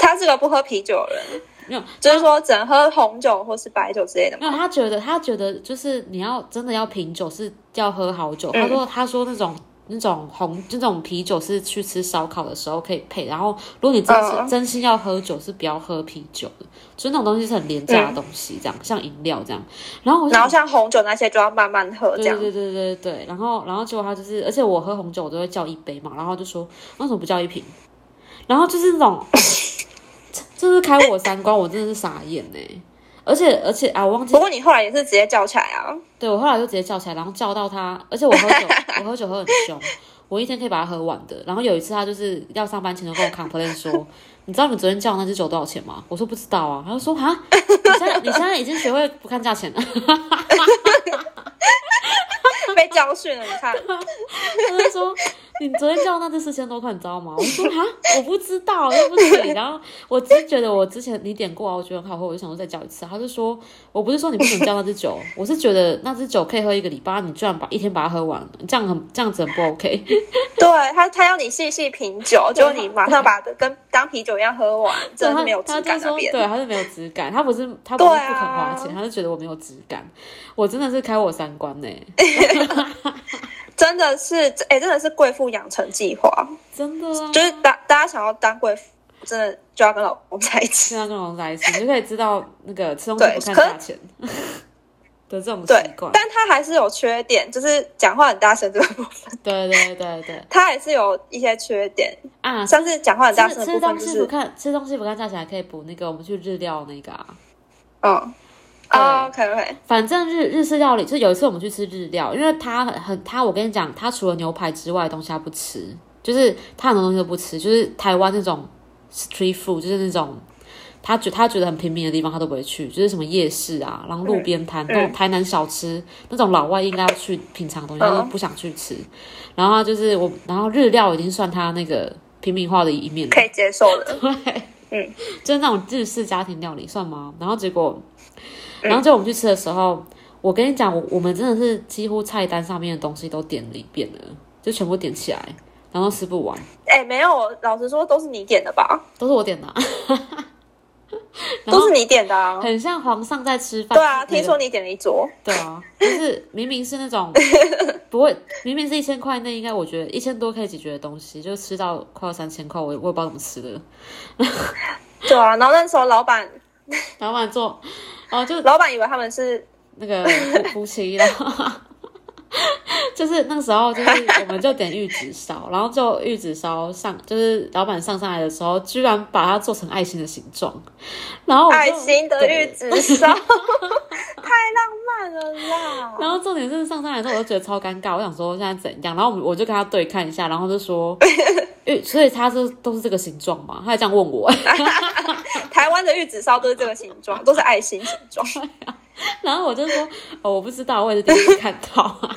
B: 他是个不喝啤酒的人，
A: 没有，
B: 就是说只能喝红酒或是白酒之类的
A: 没有，
B: 嘛。
A: 他觉得他觉得就是你要真的要品酒是要喝好酒。
B: 嗯
A: 他说他说那种那种红那种啤酒是去吃烧烤的时候可以配，然后如果你真是、
B: 嗯
A: 真心要喝酒是不要喝啤酒的，就是那种东西是很廉价的东西，这样、像饮料这样。然后我就
B: 嗯然后像红酒那些就要慢慢喝这
A: 对
B: 样。
A: 对对对对对，然后然后结果他就是，而且我喝红酒我都会叫一杯嘛，然后就说为什么不叫一瓶？然后就是那种， 就是开我三观，我真的是傻眼呢、而且而且啊，我忘记
B: 不过你后来也是直接叫起来啊，
A: 对我后来就直接叫起来，然后叫到他，而且我喝酒，我喝酒喝很凶，我一天可以把它喝完的。然后有一次他就是要上班前就跟我 complain 说， 你知道你昨天叫那支酒多少钱吗？我说不知道啊，他就说哈，你现在你现在已经学会不看价钱了，
B: 被教训了。你看，
A: 他就说你昨天叫那只四千多块，你知道吗？我说啊，我不知道，对不起。然后我只是觉得我之前你点过啊，我觉得很好喝，我就想说再叫一次。他就说，我不是说你不能叫那只酒，我是觉得那只酒可以喝一个礼拜，你居然把一天把它喝完，这样很这样子很不 OK。
B: 对他，他要你细细品酒，就你马上把它跟当啤酒一样喝完，真的是没有质
A: 他就
B: 感那
A: 说，
B: 边。
A: 对，他是没有质感，他不是他不是不
B: 对
A: 肯
B: 啊
A: 花钱，他就觉得我没有质感，我真的是开我三观呢、
B: 真的是，哎、真的是贵妇养成计划，
A: 真的啊。
B: 就是大大家想要当贵妇，真的就要跟老公在一起。
A: 现在跟龙在一起，你就可以知道那个吃东西不看
B: 对可是
A: 价钱的这种习
B: 对
A: 惯，。
B: 但他还是有缺点，就是讲话很大声这个部分，
A: 对对对对
B: 他还是有一些缺点，
A: 啊！
B: 像是讲话很大
A: 吃
B: 声的
A: 吃
B: 部分
A: 东
B: 就
A: 西不
B: 是，
A: 看吃东西不看价钱，还可以补那个我们去日料那个啊。
B: 嗯，啊，OK OK，
A: 反正日日式料理，就有一次我们去吃日料，因为他很很他，我跟你讲，他除了牛排之外的东西他不吃，就是他很多东西都不吃，就是台湾那种 street food，就是那种他觉他觉得很平民的地方他都不会去，就是什么夜市啊，然后路边摊、
B: 嗯
A: 那种台南小吃那种老外应该要去品尝的东西，他都不想去吃。然后他就是我，然后日料已经算他那个平民化的一面了。
B: 可以接受的，
A: 对，
B: 嗯，
A: 就是那种日式家庭料理算吗？然后结果，
B: 嗯
A: 然后就我们去吃的时候，我跟你讲，我我们真的是几乎菜单上面的东西都点了一遍了，就全部点起来，然后吃不完，
B: 哎、没有，老实说都是你点的吧，
A: 都是我点的啊、然后
B: 都是你点的啊，
A: 很像皇上在吃饭。
B: 对啊，
A: 那个
B: 听说你点了一桌，
A: 对啊，就是明明是那 种不会，明明是一千块内，应该我觉得一千多可以解决的东西，就吃到快要三千块，我也我也不知道怎么吃的。
B: 对啊，然后那时候老板
A: 老板做，哦，就
B: 老板以为他们是
A: 那个夫夫妻，然后就是那时候就是我们就点玉子烧，然后就玉子烧上就是老板上上来的时候，居然把它做成爱心的形状，然后我就
B: 爱心的玉
A: 对
B: 子烧，太浪漫了啦。
A: 然后重点是上上来之后，我就觉得超尴尬，我想说现在怎样，然后我们我就跟他对看一下，然后就 说，玉，所以他是都是这个形状嘛？他还这样问我，
B: 台湾的玉子烧都是这个形状，都是爱心形状。
A: 然后我就说，哦，我不知道，我也是第一次看到。啊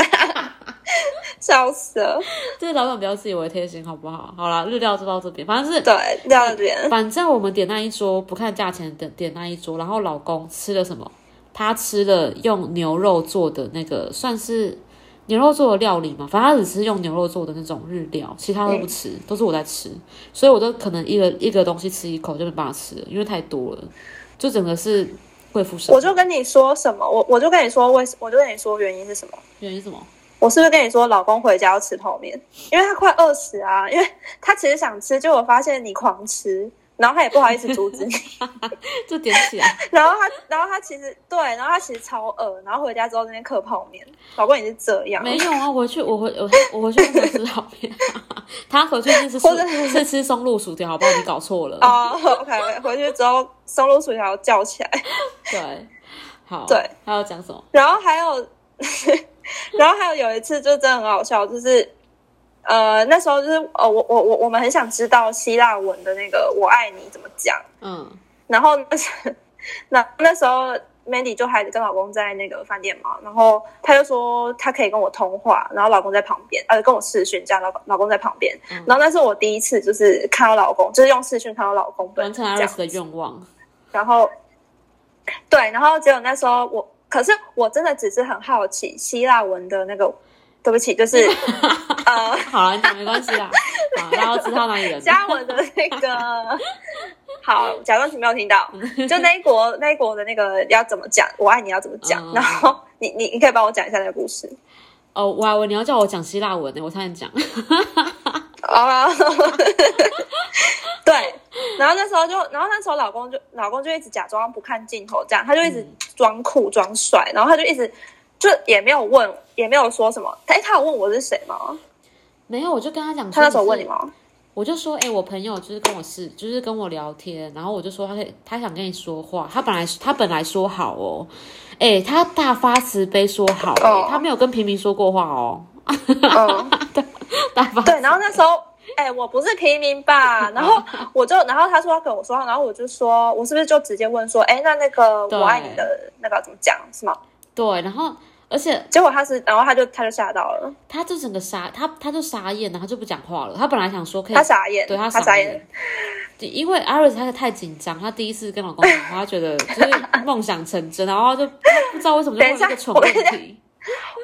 B: 笑死了。
A: 就是老板不要自以为贴心好不好？好啦，日料就到这边，反正是
B: 对，到那 边
A: 反正我们点那一桌不看价钱点点那一桌，然后老公吃了什么？他吃了用牛肉做的那个算是牛肉做的料理嘛，反正他只吃用牛肉做的那种日料，其他都不吃，都是我在吃，所以我都可能一个一个东西吃一口就没办法吃了，因为太多了，就整个是贵妇生活。
B: 我就跟你说什么，我我就跟你说为，我就跟你说原因是什么。
A: 原因是什么？
B: 我是不是跟你说，老公回家要吃泡面，因为他快饿死啊？因为他其实想吃，结果发现你狂吃，然后他也不好意思阻止你，
A: 就点起来，
B: 然后他，然后他其实对，然后他其实超饿，然后回家之后在那边嗑泡面，老公也是这样，
A: 没有啊，我回 去我回我我回去为什么吃泡面？ 他回去是吃
B: 或者
A: 是吃松露薯条，好不好？你搞错了。
B: 哦，OK，回去之后松露薯条叫起来，
A: 对，好，
B: 对，
A: 还要讲什么？
B: 然后还有， 然后还有有一次就真的很好笑，就是呃那时候就是呃我我我我们很想知道希腊文的那个“我爱你”怎么讲，
A: 嗯，
B: 然后 那时那那时候 Mandy 就还跟老公在那个饭店嘛，然后她就说她可以跟我通话，然后老公在旁边，呃跟我视讯这样，老老公在旁边
A: 嗯，
B: 然后那是我第一次就是看到老公，就是用视讯看到老公本
A: 完
B: 人
A: 成
B: 这样
A: Iris 的愿望，
B: 然后对，然后结果那时候我，可是我真的只是很好奇希腊文的那个，对不起，就是呃
A: 好了，你讲没关系啦，好，然后知道哪里人，
B: 希腊文的那个，好，假装你没有听到，就那一国那一国的那个要怎么讲，我爱你要怎么讲，
A: 嗯
B: 然后你你你可以帮我讲一下那个故事
A: 哦，我还以为你要叫我讲希腊文呢，我差点讲，
B: 啊。 对，然后那时候就，然后那时候老公就老公就一直假装不看镜头，这样他就一直
A: 嗯
B: 装酷装帅，然后他就一直就也没有问，也没有说什么。哎，他有问我是谁吗？
A: 没有，我就跟他讲，
B: 他那时候问你， 吗？
A: 我就说，哎、我朋友就是跟我是，就是跟我聊天，然后我就说他可以，他想跟你说话，他本来他本来说好哦，哎、他大发慈悲说好、哎
B: 哦
A: 他没有跟平民说过话哦，
B: 嗯，
A: 大发
B: 对。然后那时候，哎，我不是平民 吧？然后我就，然后他说要跟我说话，然后我就说，我是不是就直接问说，哎，那那个
A: 对
B: 我爱你的那个怎么讲是吗？
A: 对，然后而且
B: 结果他是，然后他就他就吓到了，
A: 他就整个傻，他他就傻眼了，他就不讲话了。他本来想说可以，
B: 他傻眼，
A: 对他
B: 他
A: 傻
B: 傻
A: 眼，对因为 Iris 她太紧张，她第一次跟老公讲话，她觉得就是梦想成真，然后就她不知道为什么就
B: 等一
A: 问了
B: 下
A: 个蠢
B: 我
A: 问
B: 跟你
A: 题。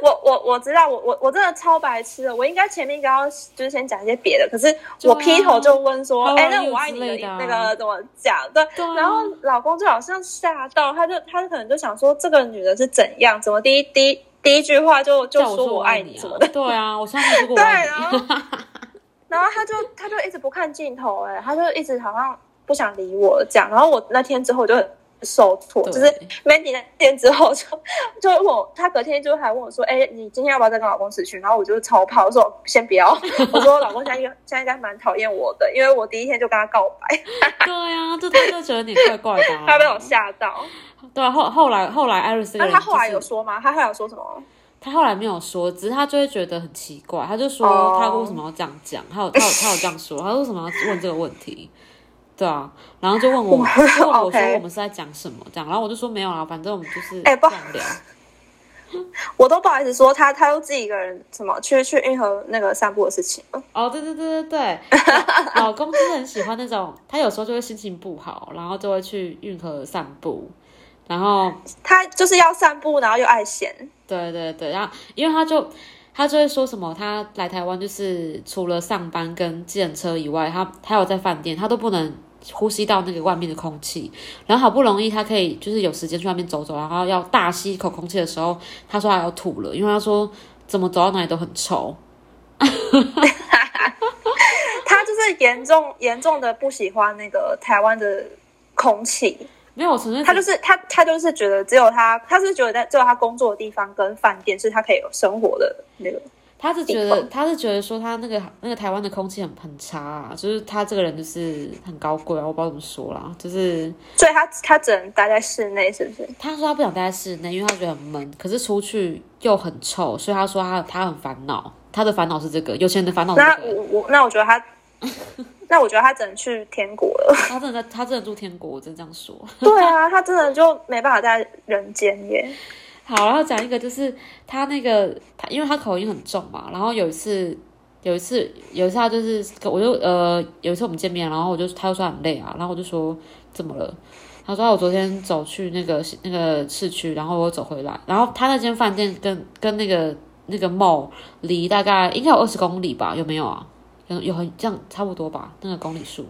B: 我我我知道，我我我真的超白痴的。我应该前面应该要就是先讲一些别的，可是
A: 对啊
B: 我劈头就问说：“
A: How
B: 哎、
A: are
B: 那
A: you
B: 我爱你
A: 之类的啊
B: 那个怎么讲？”对，
A: 对啊
B: 然后老公就好像吓到，他就他可能就想说这个女人是怎样，怎么第一第一第一句话就就
A: 叫我
B: 说
A: 我
B: 爱
A: 你
B: 什
A: 啊
B: 么的，，
A: 对啊，我相信如 果我
B: 对，
A: 爱
B: 然
A: 你，
B: 后然后他就他就一直不看镜头、哎，他就一直好像不想理我这样。然后我那天之后我就很受挫，
A: 对
B: 就是 Mandy 那天之后就就问我，他隔天就还问我说：“哎、你今天要不要再跟老公出去？”然后我就超怕，我说：“先不要。” 我说：“老公现在应该现在应该蛮讨厌我的，因为我第一天就跟他告白，
A: 对啊，就他就觉得你怪怪的、啊，
B: 他被我吓到。
A: 对啊，后后来后来艾瑞斯这个
B: 那
A: 人、
B: 他
A: 就是，
B: 后来有说吗？他后来有说什么？
A: 他后来没有说，只是他就会觉得很奇怪，他就说
B: 哦
A: 他为什么要这样讲，他有他有他有这样说，他为什么要问这个问题？对啊，然后就问我问我说
B: OK
A: 我们是在讲什么这样，然后我就说没有啦，反正我们就是
B: 哎不
A: 这样聊。
B: 我都不好意思说他，他又自己一个人什么去去运河那个散步的事情。
A: 哦，对对对对对，老老公就是很喜欢那种，他有时候就会心情不好，然后就会去运河散步，然后
B: 他就是要散步，然后又爱闲。
A: 对对对，然后因为他就他就会说什么，他来台湾就是除了上班跟计程车以外，他他有在饭店，他都不能呼吸到那个外面的空气。然后好不容易他可以就是有时间去外面走走，然后要大吸一口空气的时候，他说他要吐了，因为他说怎么走到哪里都很臭。
B: 他就是严重严重的不喜欢那个台湾的空气，
A: 没有，我纯粹
B: 他就是他他就是觉得只有他，他是觉得在只有他工作的地方跟饭店是他可以有生活的那个。
A: 他是觉
B: 地
A: 得
B: 方
A: 他是觉得说他那个那个台湾的空气很很差、啊，就是他这个人就是很高贵啊，我不知道怎么说啦，就是。
B: 所以他他只能待在室内，是不是？
A: 他说他不想待在室内，因为他觉得很闷，可是出去又很臭，所以他说他他很烦恼，他的烦恼是这个，有钱人的烦恼是
B: 那
A: 这个。
B: 我我那我觉 得他，那我觉得他只能去天国了。
A: 他真的在，他真的住天国，我真的这样说。
B: 对啊，他真的就没办法在人间耶。
A: 好，然后讲一个，就是他那个他，因为他口音很重嘛，然后有一次。有一次，有一次他就是，我就呃，有一次我们见面，然后我就他就说很累啊，然后我就说怎么了？他说、啊我昨天走去那个那个市区，然后我又走回来，然后他那间饭店跟跟那个那个 mall 离大概应该有二十公里吧，有没有啊？有有很这样差不多吧，那个公里数，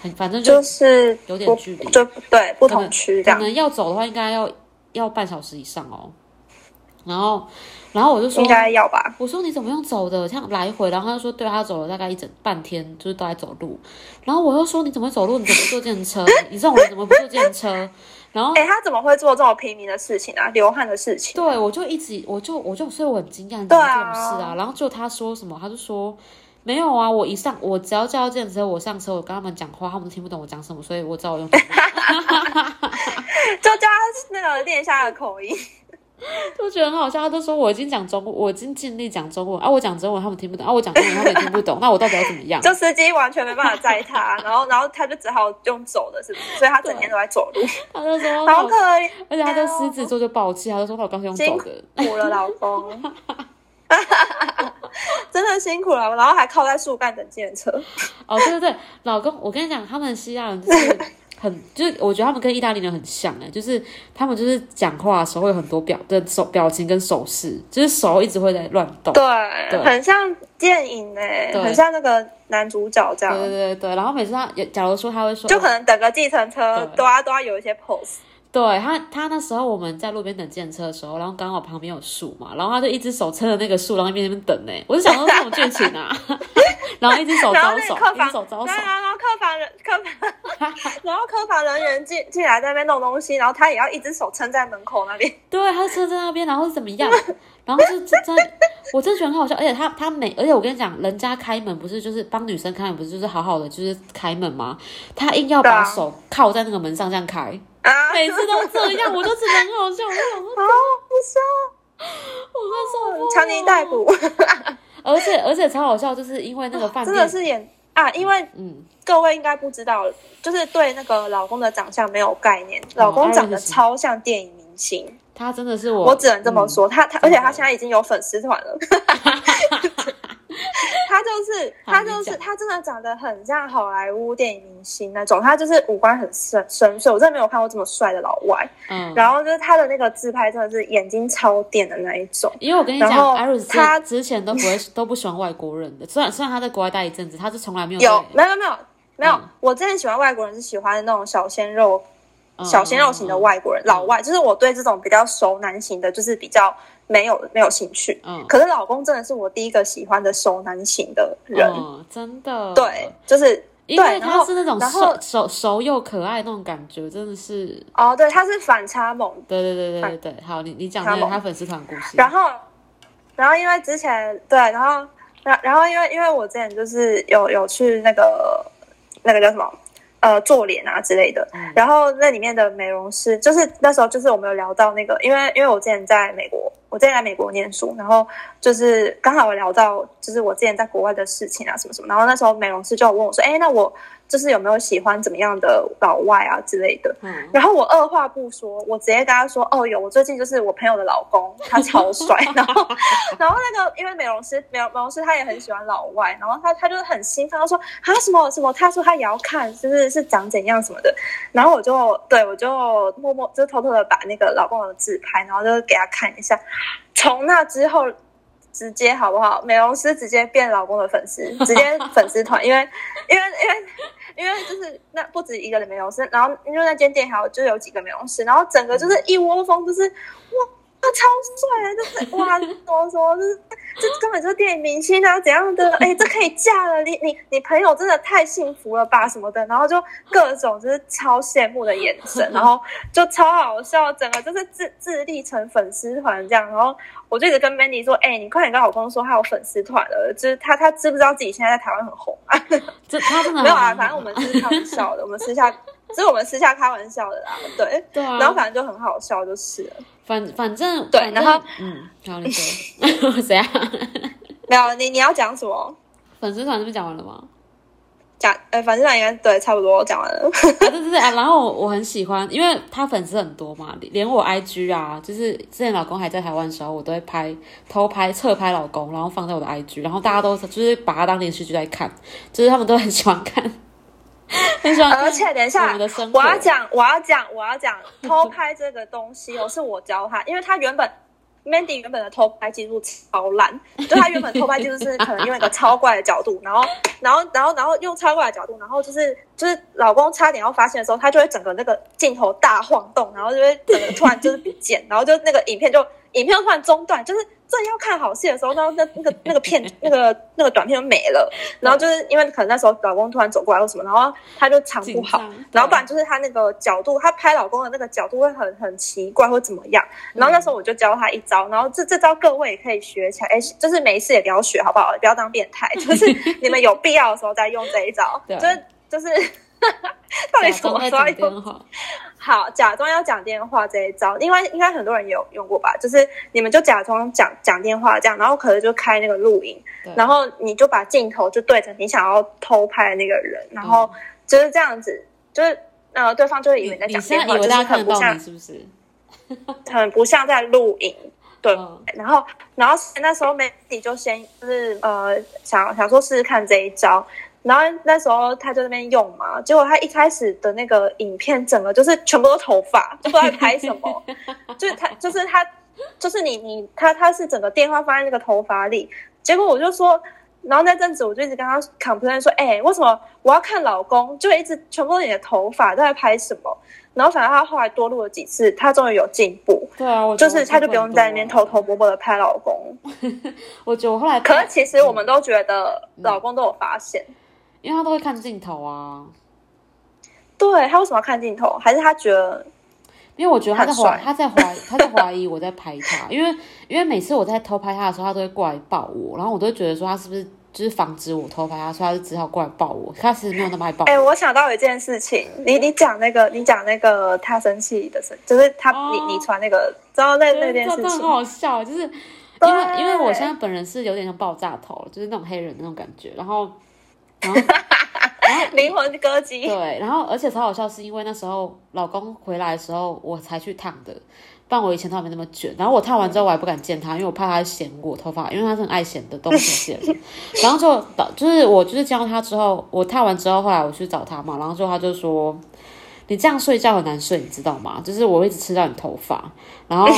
A: 很反正就
B: 就是
A: 有点
B: 不
A: 距离
B: 就对不
A: 可
B: 同
A: 能
B: 区这
A: 可
B: 样。
A: 能要走的话，应该要要半小时以上哦。然后，然后我就说
B: 应，该要吧，
A: 我说你怎么用走的？像来回，然后他就说，对他走了大概一整半天，就是都在走路。然后我又说，你怎么会走路？你怎么不坐电车？你这种人怎么不坐电车？然后
B: 哎、他怎么会做这种平民的事情啊？流汗的事情，
A: 对，我就一直，我就我就，所以我很惊讶你怎
B: 对
A: 么会这
B: 啊
A: 种事啊。然后就他说什么，他就说没有啊，我一上我只要叫到电车，我上车，我跟他们讲话，他们都听不懂我讲什么，所以我知道我用走路。
B: 就叫他那个练一下他的口音。
A: 就觉得很好笑，他都说我已经讲中文，我已经尽力讲中文啊，我讲中文他们听不懂啊，我讲中文他们也听不 懂，那我到底要怎么样？
B: 就司机完全没办法载 他，然后然后他就只好用走的，是不是？所以他整天都在走路，
A: 他就说，
B: 好可怜，
A: 而且他就狮子座就暴气，他就说那我刚才用走的，
B: 苦了老公， 真的辛苦了，然后还靠在树干等计程车，
A: 哦，对对对，老公，我跟你讲，他们希腊人就是很，就是我觉得他们跟意大利人很像哎、就是他们就是讲话的时候会有很多表的手表情跟手势，就是手一直会在乱动。
B: 对，
A: 对
B: 很像电影哎、
A: 对
B: 很像那个男主角这
A: 对对
B: 样。
A: 对对，然后每次他，假如说他会说，
B: 啊就可能等个计程车，
A: 对
B: 都要都要有一些 pose，
A: 对他，他那时候我们在路边等电车的时候，然后刚好旁边有树嘛，然后他就一只手撑着那个树，然后一边在那边等呢、我就想说这种剧情啊， 然后一只手
B: 然后
A: 招
B: 那
A: 手
B: 个客，
A: 一只
B: 房，啊
A: 手招手
B: 对，啊，然后客房人客房，然后客房人员进进来在那边弄东西，然后他也要一只手撑在门口那边，
A: 对，他车在那边，然后是怎么样？然后就就真的，我真的觉得很好笑。而且他他每，而且我跟你讲，人家开门不是就是帮女生开门，不是就是好好的就是开门吗？他硬要把
B: 对啊
A: 手靠在那个门上这样开，
B: 啊，
A: 每次都这样，我就觉得很好笑。我就想说，
B: 好
A: 我真的受不了，
B: 强尼逮捕，
A: 而且而且超好笑，就是因为那哦个饭
B: 真
A: 店
B: 的是演啊，因为
A: 嗯，
B: 各位应该不知道，
A: 哦
B: 就是对那个老公的长相没有概念，老公长得超像电影明星，
A: 他真的是我，嗯
B: 我只能这么说。他他，而且
A: 哦真
B: 他
A: 的
B: 现在已经有粉丝团了。 他就是
A: 好
B: 他
A: 你
B: 就是
A: 讲
B: 他真的长得很像好莱坞电影明星那种，他就是五官很深深邃，我真的没有看过这么帅的老外。
A: 嗯，
B: 然后就是他的那个自拍真的是眼睛超点的那一种，
A: 因为我跟你
B: 然后
A: 讲，艾瑞斯
B: 他
A: 之前都不会 都不喜欢外国人的，虽然虽然他在国外待一阵子，他是从来没有
B: 有
A: 在
B: 没有没有没有，
A: 嗯
B: 我之前喜欢外国人是喜欢那种小鲜肉
A: 嗯
B: 小鲜肉型的外国人，
A: 嗯
B: 老外就是我对这种比较熟男型的，就是比较没有没有兴趣。
A: 嗯
B: 可是老公真的是我第一个喜欢的熟男型的人，
A: 嗯，真的
B: 对，，就是
A: 因为
B: 对然
A: 他
B: 后
A: 是那种
B: 然后
A: 瘦瘦熟又可爱那种感觉，真的是，
B: 哦，对，他是反差萌。
A: 对对对对对对，好，你你讲那
B: 他
A: 个
B: 猛
A: 他粉丝团故事，
B: 然后，然后因为之前对，然后，然然后因为因为我之前就是有有去那个那个叫什么呃做脸啊之类的，
A: 嗯
B: 然后那里面的美容师，就是那时候就是我们有聊到那个，因为因为我之前在美国，我之前来美国念书，然后就是刚好有聊到就是我之前在国外的事情啊什么什么，然后那时候美容师就有问我说，哎，那我就是有没有喜欢怎么样的老外啊之类的，
A: 嗯，
B: 然后我二话不说，我直接跟他说：“哦，有，我最近就是我朋友的老公，他超帅。”然后，然后那个因为美容师，美容美容师他也很喜欢老外，然后他他就是很兴奋，他说：“啊什么什么？”他说他也要看，就是是长怎样什么的。然后我就对我就默默就偷偷的把那个老公的自拍，然后就给他看一下。从那之后，直接好不好？美容师直接变老公的粉丝，直接粉丝团，因为因为因为因为就是那不止一个美容师，然后因为那间店还有就是有几个美容师，然后整个就是一窝蜂，就是哇，他超帅的，就是哇，怎么说，就是这根本就是电影明星啊，怎样的？哎，这可以嫁了，你你你朋友真的太幸福了吧，什么的，然后就各种就是超羡慕的眼神，然后就超好笑，整个就是自自立成粉丝团这样，然后我就一直跟 Mandy 说，哎，你快点跟老公说他有粉丝团了，就是他他知不知道自己现在在台湾很红啊？
A: 这他 真的
B: 没有啊，
A: 还蛮
B: 反正我们是开玩笑的，我们私下，只是我们私下开玩笑的啦，对。
A: 对啊，
B: 然后反正就很好笑，就是了
A: 反反正
B: 对
A: 反
B: 然
A: 正
B: 后
A: 嗯，好你说 谁啊？
B: 没有你你要讲什么？
A: 粉丝团是不是讲完了吗？
B: 讲呃，反正应该对，差不多讲完了。
A: 啊，对对对啊！然后我很喜欢，因为他粉丝很多嘛，连我 IG 啊，就是之前老公还在台湾的时候，我都会拍偷拍、侧拍老公，然后放在我的 IG，然后大家都就是把它当连续剧在看，就是他们都很喜欢看， 很喜欢看。
B: 而且等一
A: 我
B: 下
A: 们的生，活
B: 我要讲，我要讲，我要讲偷拍这个东西哦，是我教他，因为他原本 Mandy 原本的偷拍技术超烂，就他原本偷拍技术是可能用一个超怪的角度，然后然后然后然后用超怪的角度，然后就是就是老公差点要发现的时候，他就会整个那个镜头大晃动，然后就会整个突然就是不见，然后就那个影片就影片突然中断，就是。正要看好戏的时候，然后那那个那个片那个那个短片就没了，然后就是因为可能那时候老公突然走过来或什么，然后他就藏不
A: 紧
B: 好
A: 张，
B: 然后不然就是他那个角度，他拍老公的那个角度会很很奇怪或怎么样。然后那时候我就教他一招，然后这这招各位也可以学起来，哎，就是每一次也不要学好不好？也不要当变态，就是 你们有必要的时候再用这一招，
A: 对
B: 就是就是。 到底
A: 假
B: 什
A: 装
B: 么
A: 在
B: 时候
A: 讲
B: 用
A: 电话，
B: 好，假装要讲电话这一招，因为应该很多人也有用过吧？就是你们就假装讲讲电话这样，然后可能就开那个录影
A: 对，
B: 然后你就把镜头就对着你想要偷拍的那个人，然后就是这样子，就是呃，对方就会以为你在
A: 嗯你
B: 讲
A: 你现
B: 电
A: 在
B: 话，
A: 以为
B: 就是
A: 大家看
B: 很
A: 得
B: 不
A: 到你
B: 像，
A: 是不是？
B: 很不像在录影。对，
A: 嗯
B: 然后，然后那时候 Mandy 就先就是呃想想说试试看这一招，然后那时候他就在那边用嘛，结果他一开始的那个影片整个就是全部都头发，就不知道在拍什么，就是他就是他就是你你他他是整个电话放在那个头发里，结果我就说。然后那阵子我就一直跟他 complain 说，哎、为什么我要看老公，就一直全部都是你的头发都在拍什么？然后反正他后来多录了几次，他终于有进步，
A: 对啊，我觉
B: 就
A: 得我
B: 是
A: 进
B: 他就
A: 步
B: 不用
A: 很
B: 在
A: 多
B: 那
A: 哦
B: 边
A: 啊
B: 偷。偷摸摸的拍老公。
A: 我觉得我后来
B: 可
A: 发
B: 是其实我们都觉得
A: 嗯
B: 老公都有发现，
A: 因为他都会看镜头啊，
B: 对他为什么要看镜头？还是他觉得
A: 因为我觉得他在
B: 很
A: 怀
B: 帅
A: 他在 怀他在怀疑我在拍他，因为因为每次我在偷拍他的时候，他都会过来抱我，然后我都会觉得说他是不是就是防止我偷拍他，所以他就只好过来抱我。他其实没有那么爱抱
B: 哎、
A: 我。
B: 我想到一件事情，你你讲那个，你讲那个他生气的事，就是他、
A: 哦嗯
B: 你你传那个，知道那那
A: 真
B: 件
A: 的
B: 事
A: 很
B: 情，
A: 好笑，就是因为
B: 对
A: 因为我现在本人是有点像爆炸头，就是那种黑人那种感觉，然后然后然后
B: 灵魂歌姬，
A: 对，然后而且超好笑，是因为那时候老公回来的时候我才去烫的，不然我以前头发没那么卷。然后我烫完之后，我还不敢见他，因为我怕他嫌我头发，因为他是很爱嫌的东西的人。然后就导就是我就是见到他之后，我烫完之后，后来我去找他嘛，然后就他就说。哦你这样睡觉很难睡，你知道吗？就是我会一直吃到你头发，然后就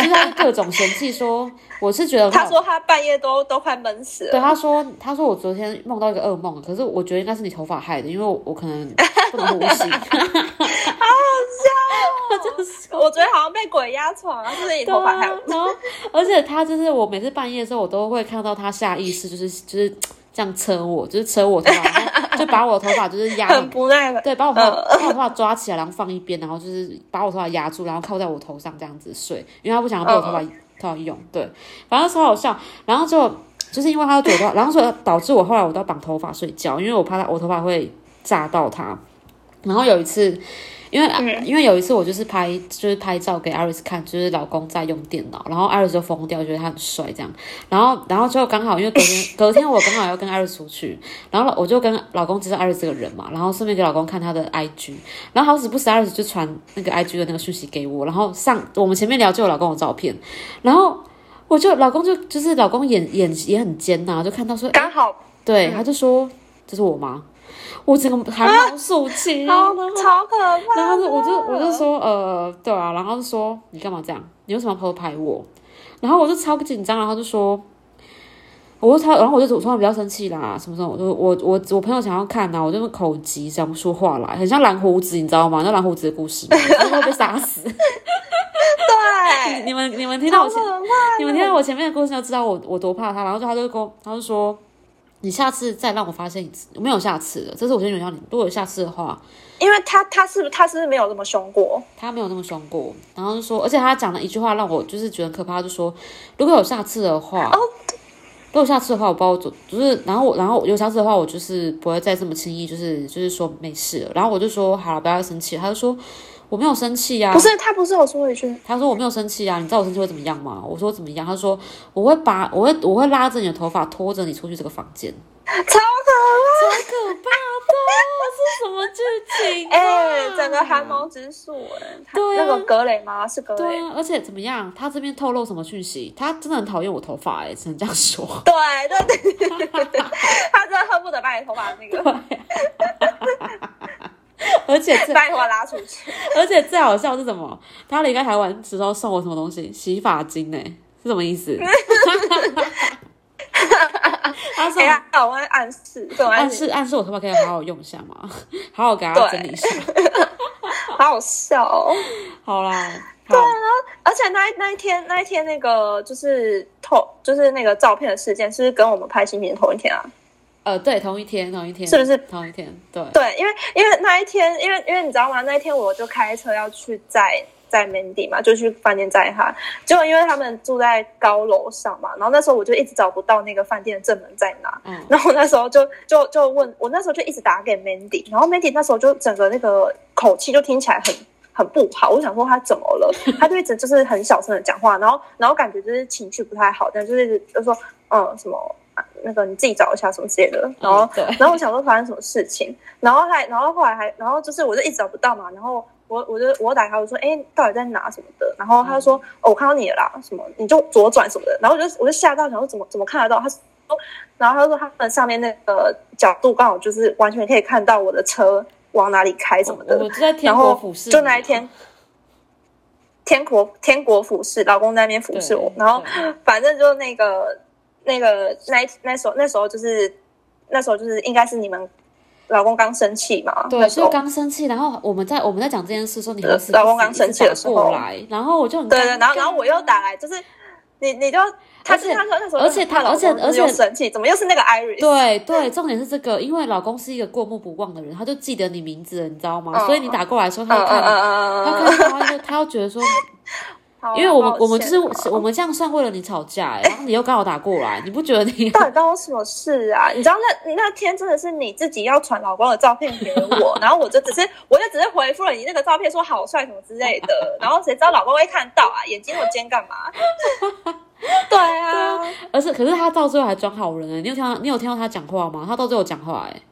A: 是他就各种嫌弃说，我是觉得
B: 他说他半夜都都快闷死了。
A: 对，他说他说我昨天梦到一个噩梦，可是我觉得应该是你头发害的，因为我我可能不能呼吸。
B: 好好笑、哦，就是我觉得好像被鬼压床，然后就是你 头发害我、啊。
A: 然后而且他就是我每次半夜的时候，我都会看到他下意识就是就是这样扯我，就是扯我头发。就把我头发就是压，
B: 很不耐烦。
A: 对，把我 头、呃、把我头发抓起来，然后放一边，然后就是把我头发压住，然后靠在我头上这样子睡，因为他不想要被我头发、
B: 哦
A: 呃、头发用。对，反正超好笑。然后就就是因为他的头发，然后所以导致我后来我都绑头发睡觉，因为我怕他我头发会炸到他。然后有一次，因为、嗯、因为有一次我就是拍就是拍照给艾瑞斯看，就是老公在用电脑，然后艾瑞斯就疯掉，觉得他很帅这样。然后然后就刚好因为隔天隔天我刚好要跟艾瑞斯出去，然后我就跟老公知道艾瑞斯这个人嘛，然后顺便给老公看他的 IG，然后好死不死艾瑞斯就传那个 IG 的那个讯息给我，然后上我们前面聊就有老公的照片，然后我就老公就就是老公眼眼也很尖呐、啊，就看到说
B: 刚好、欸、
A: 对、嗯、他就说这是我吗？我整个汗毛竖起，
B: 然后超可怕。
A: 然后就我就我就说呃，对啊，然后就说你干嘛这样？你为什么偷拍我？然后我就超紧张，然后就说，我就超，然后我就我突然比较生气啦，什么什么，我就我我我朋友想要看呐、啊，我就口急讲不出话来，很像蓝胡子，你知道吗？那蓝胡子的故事，会被杀死。
B: 对，
A: 你们你们听到我前，你们听到我前面的故事就知道我我多怕他，然后就他就跟我，他就说。你下次再让我发现一次，没有下次了。这是我先原谅你。如果有下次的话，
B: 因为他他是他是没有那么凶过，
A: 他没有那么凶过。然后就说，而且他讲了一句话让我就是觉得可怕，就说如果有下次的话，
B: 哦、
A: 如果有下次的话，我包就就是然后我然后有下次的话，我就是不会再这么轻易，就是就是说没事了。然后我就说好了，不要生气。啊他就说我没有生气呀、啊，
B: 不是他不是有说一句，
A: 他说我没有生气呀、啊，你知道我生气会怎么样吗？我说怎么样？他说我会把我会我会拉着你的头发拖着你出去这个房 间。
B: 超可怕，
A: 超可怕的，是什么剧情、啊？
B: 哎、欸，整个汗毛直竖哎、欸。对、啊，那个格雷吗？是格雷。
A: 对啊，而且怎么样？他这边透露什么讯息？他真的很讨厌我头发哎、欸，只能这样说。
B: 对对对，他真的恨不得把你头发那个。
A: 而且最
B: 把你头发拉出去。
A: 而且最好笑是什么？他离开台湾之后送我什么东西？洗发精哎，是什么意 思？
B: 他说：“那哎我会暗示，
A: 暗示暗示我头发可以好好用一下嘛， 好好给他整理一下，
B: 好好笑哦。
A: 好 啦，
B: 对啊，而且那那一天那一天那个就是头就是那个照片的事件，是跟我们拍新品同一天啊。
A: 呃，对，同一天，同一天，
B: 是不是
A: 同一天？对
B: 对，因为因为那一天，因为因为你知道吗？那一天我就开车要去载。”在 Mandy 嘛，就去饭店载他。结果因为他们住在高楼上嘛，然后那时候我就一直找不到那个饭店的正门在哪。嗯，然后那时候就就就问我那时候就一直打给 Mandy，然后 Mandy 那时候就整个那个口气就听起来很很不好。我想说他怎么 了？他就一直就是很小声的讲话，然后然后感觉就是情绪不太好，但就是就说嗯什么。那个你自己找一下什么之类的，然后、嗯、然后我想说发生什么事情，然后还然后后来还然后就是我就一直找不到嘛，然后我我就我打他我说哎、欸、到底在哪什么的，然后他就说、嗯、哦我看到你了啦什么你就左转什么的，然后我就我就吓到，然后怎么怎么看得到他说，然后他说他们上面那个角度刚好就是完全可以看到我的车往哪里开什么的，
A: 哦我就在
B: 然后就那一天。天国天国服侍老公那边服侍我，然后反正就那个。那个那那时候那时候就是那时候就是应该是你们老公刚生气嘛，
A: 对，就刚生气。然后我们在我们在讲这件事，说你
B: 哦呃老公刚生气的时候
A: 来，然后我就很
B: 对对，然后然后我又打来，就是你你就他是他说那时候，
A: 而且他而且而且
B: 生气，怎么又是那个 Iris？
A: 对对，重点是这个，因为老公是一个过目不忘的人，他就记得你名字，你知道
B: 哦
A: 吗？所以你打过来
B: 嗯
A: 的时候，他看他看他就他要觉得说。
B: 哦
A: 因为我们我们就是我们这样算为了你吵架、
B: 哎
A: 欸，然后你又刚好打过来，你不觉得你
B: 到底关我什么事啊？ 你知道那那天真的是你自己要传老公的照片给 我，然后我就只是我就只是回复了你那个照片，说好帅什么之类 的，然后谁知道老公会看到啊？眼睛那么尖干嘛？对啊，
A: 而且可是他到最后还装好人哎、欸，你有听到你有听到他讲话吗？他到最后讲话哎、欸。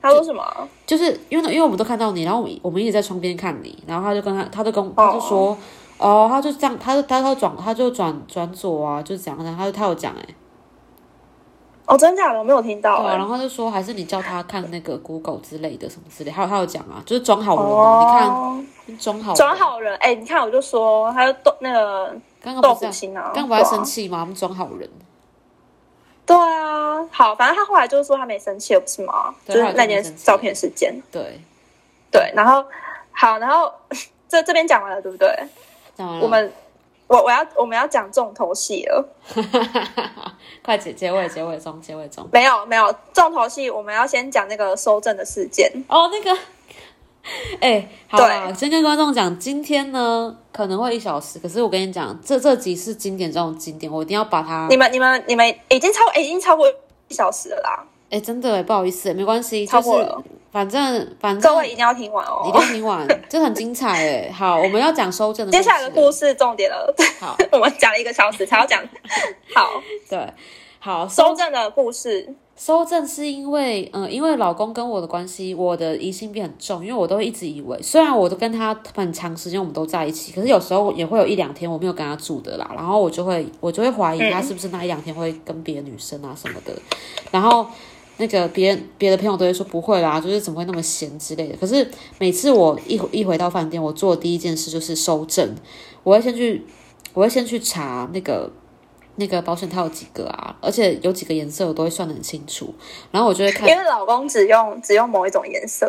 B: 他说什么？
A: 就是因为因为我们都看到你，然后我们我们一直在窗边看你，然后他就跟他他就跟、oh. 他就说，哦，他就这样，他就他他转他就转转左啊，就这样，然后他就他有讲哎、
B: 哦，真假的，我没有听到、
A: 对啊，
B: 欸。
A: 然后他就说还是你叫他看那个 Google 之类的什么之类，还有他有讲啊，就是装好人啊，你看装好人
B: 哦转好人，哎、你看我就说，还有豆那个
A: 刚刚
B: 豆
A: 不是
B: 腐
A: 在
B: 心啊，
A: 刚刚不在
B: 对啊
A: 生气吗？我们装好人，
B: 对啊，好，反正他后来就是说他没生气，不是吗？就
A: 对
B: 是
A: 后来就
B: 那
A: 没
B: 件
A: 生气
B: 照片事件，
A: 对，
B: 对，然后好，然后 这这边讲完了，对不对？
A: 讲完了，
B: 我们我我要我们要讲重头戏了，
A: 快结结尾结尾中结尾中
B: 没有没有重头戏，我们要先讲那个收证的事件。
A: 哦，那个。哎、好啦，先跟观众讲，今天呢可能会一小时，可是我跟你讲，这这集是经典中的经典，我一定要把它
B: 你们你们你们已经超、哎已经超过一小时了啦，
A: 哎、真的哎，不好意思，没关系，就
B: 超
A: 是
B: 过了
A: 反正反正
B: 各位一定要听完
A: 你
B: 哦
A: 都。听完，这很精彩哎。好，我们要讲收证的
B: 接下来的故
A: 事。
B: 事重点了，
A: 好，
B: 我们讲了一个小时才要讲。好，
A: 对，好收
B: 收证的故事，
A: 收证是因为，嗯、因为老公跟我的关系，我的疑心病很重，因为我都会一直以为，虽然我都跟他很长时间我们都在一起，可是有时候也会有一两天我没有跟他住的啦，然后我就会我就会怀疑他是不是那一两天会跟别的女生啊什么的，然后。那个别人别的朋友都会说不会啦，就是怎么会那么闲之类的。可是每次我一一回到饭店，我做的第一件事就是收证，我会先去，我会先去查那个那个保险套有几个啊，而且有几个颜色我都会算得很清楚。然后我就会看
B: 因，为老公只用只用某一种颜色，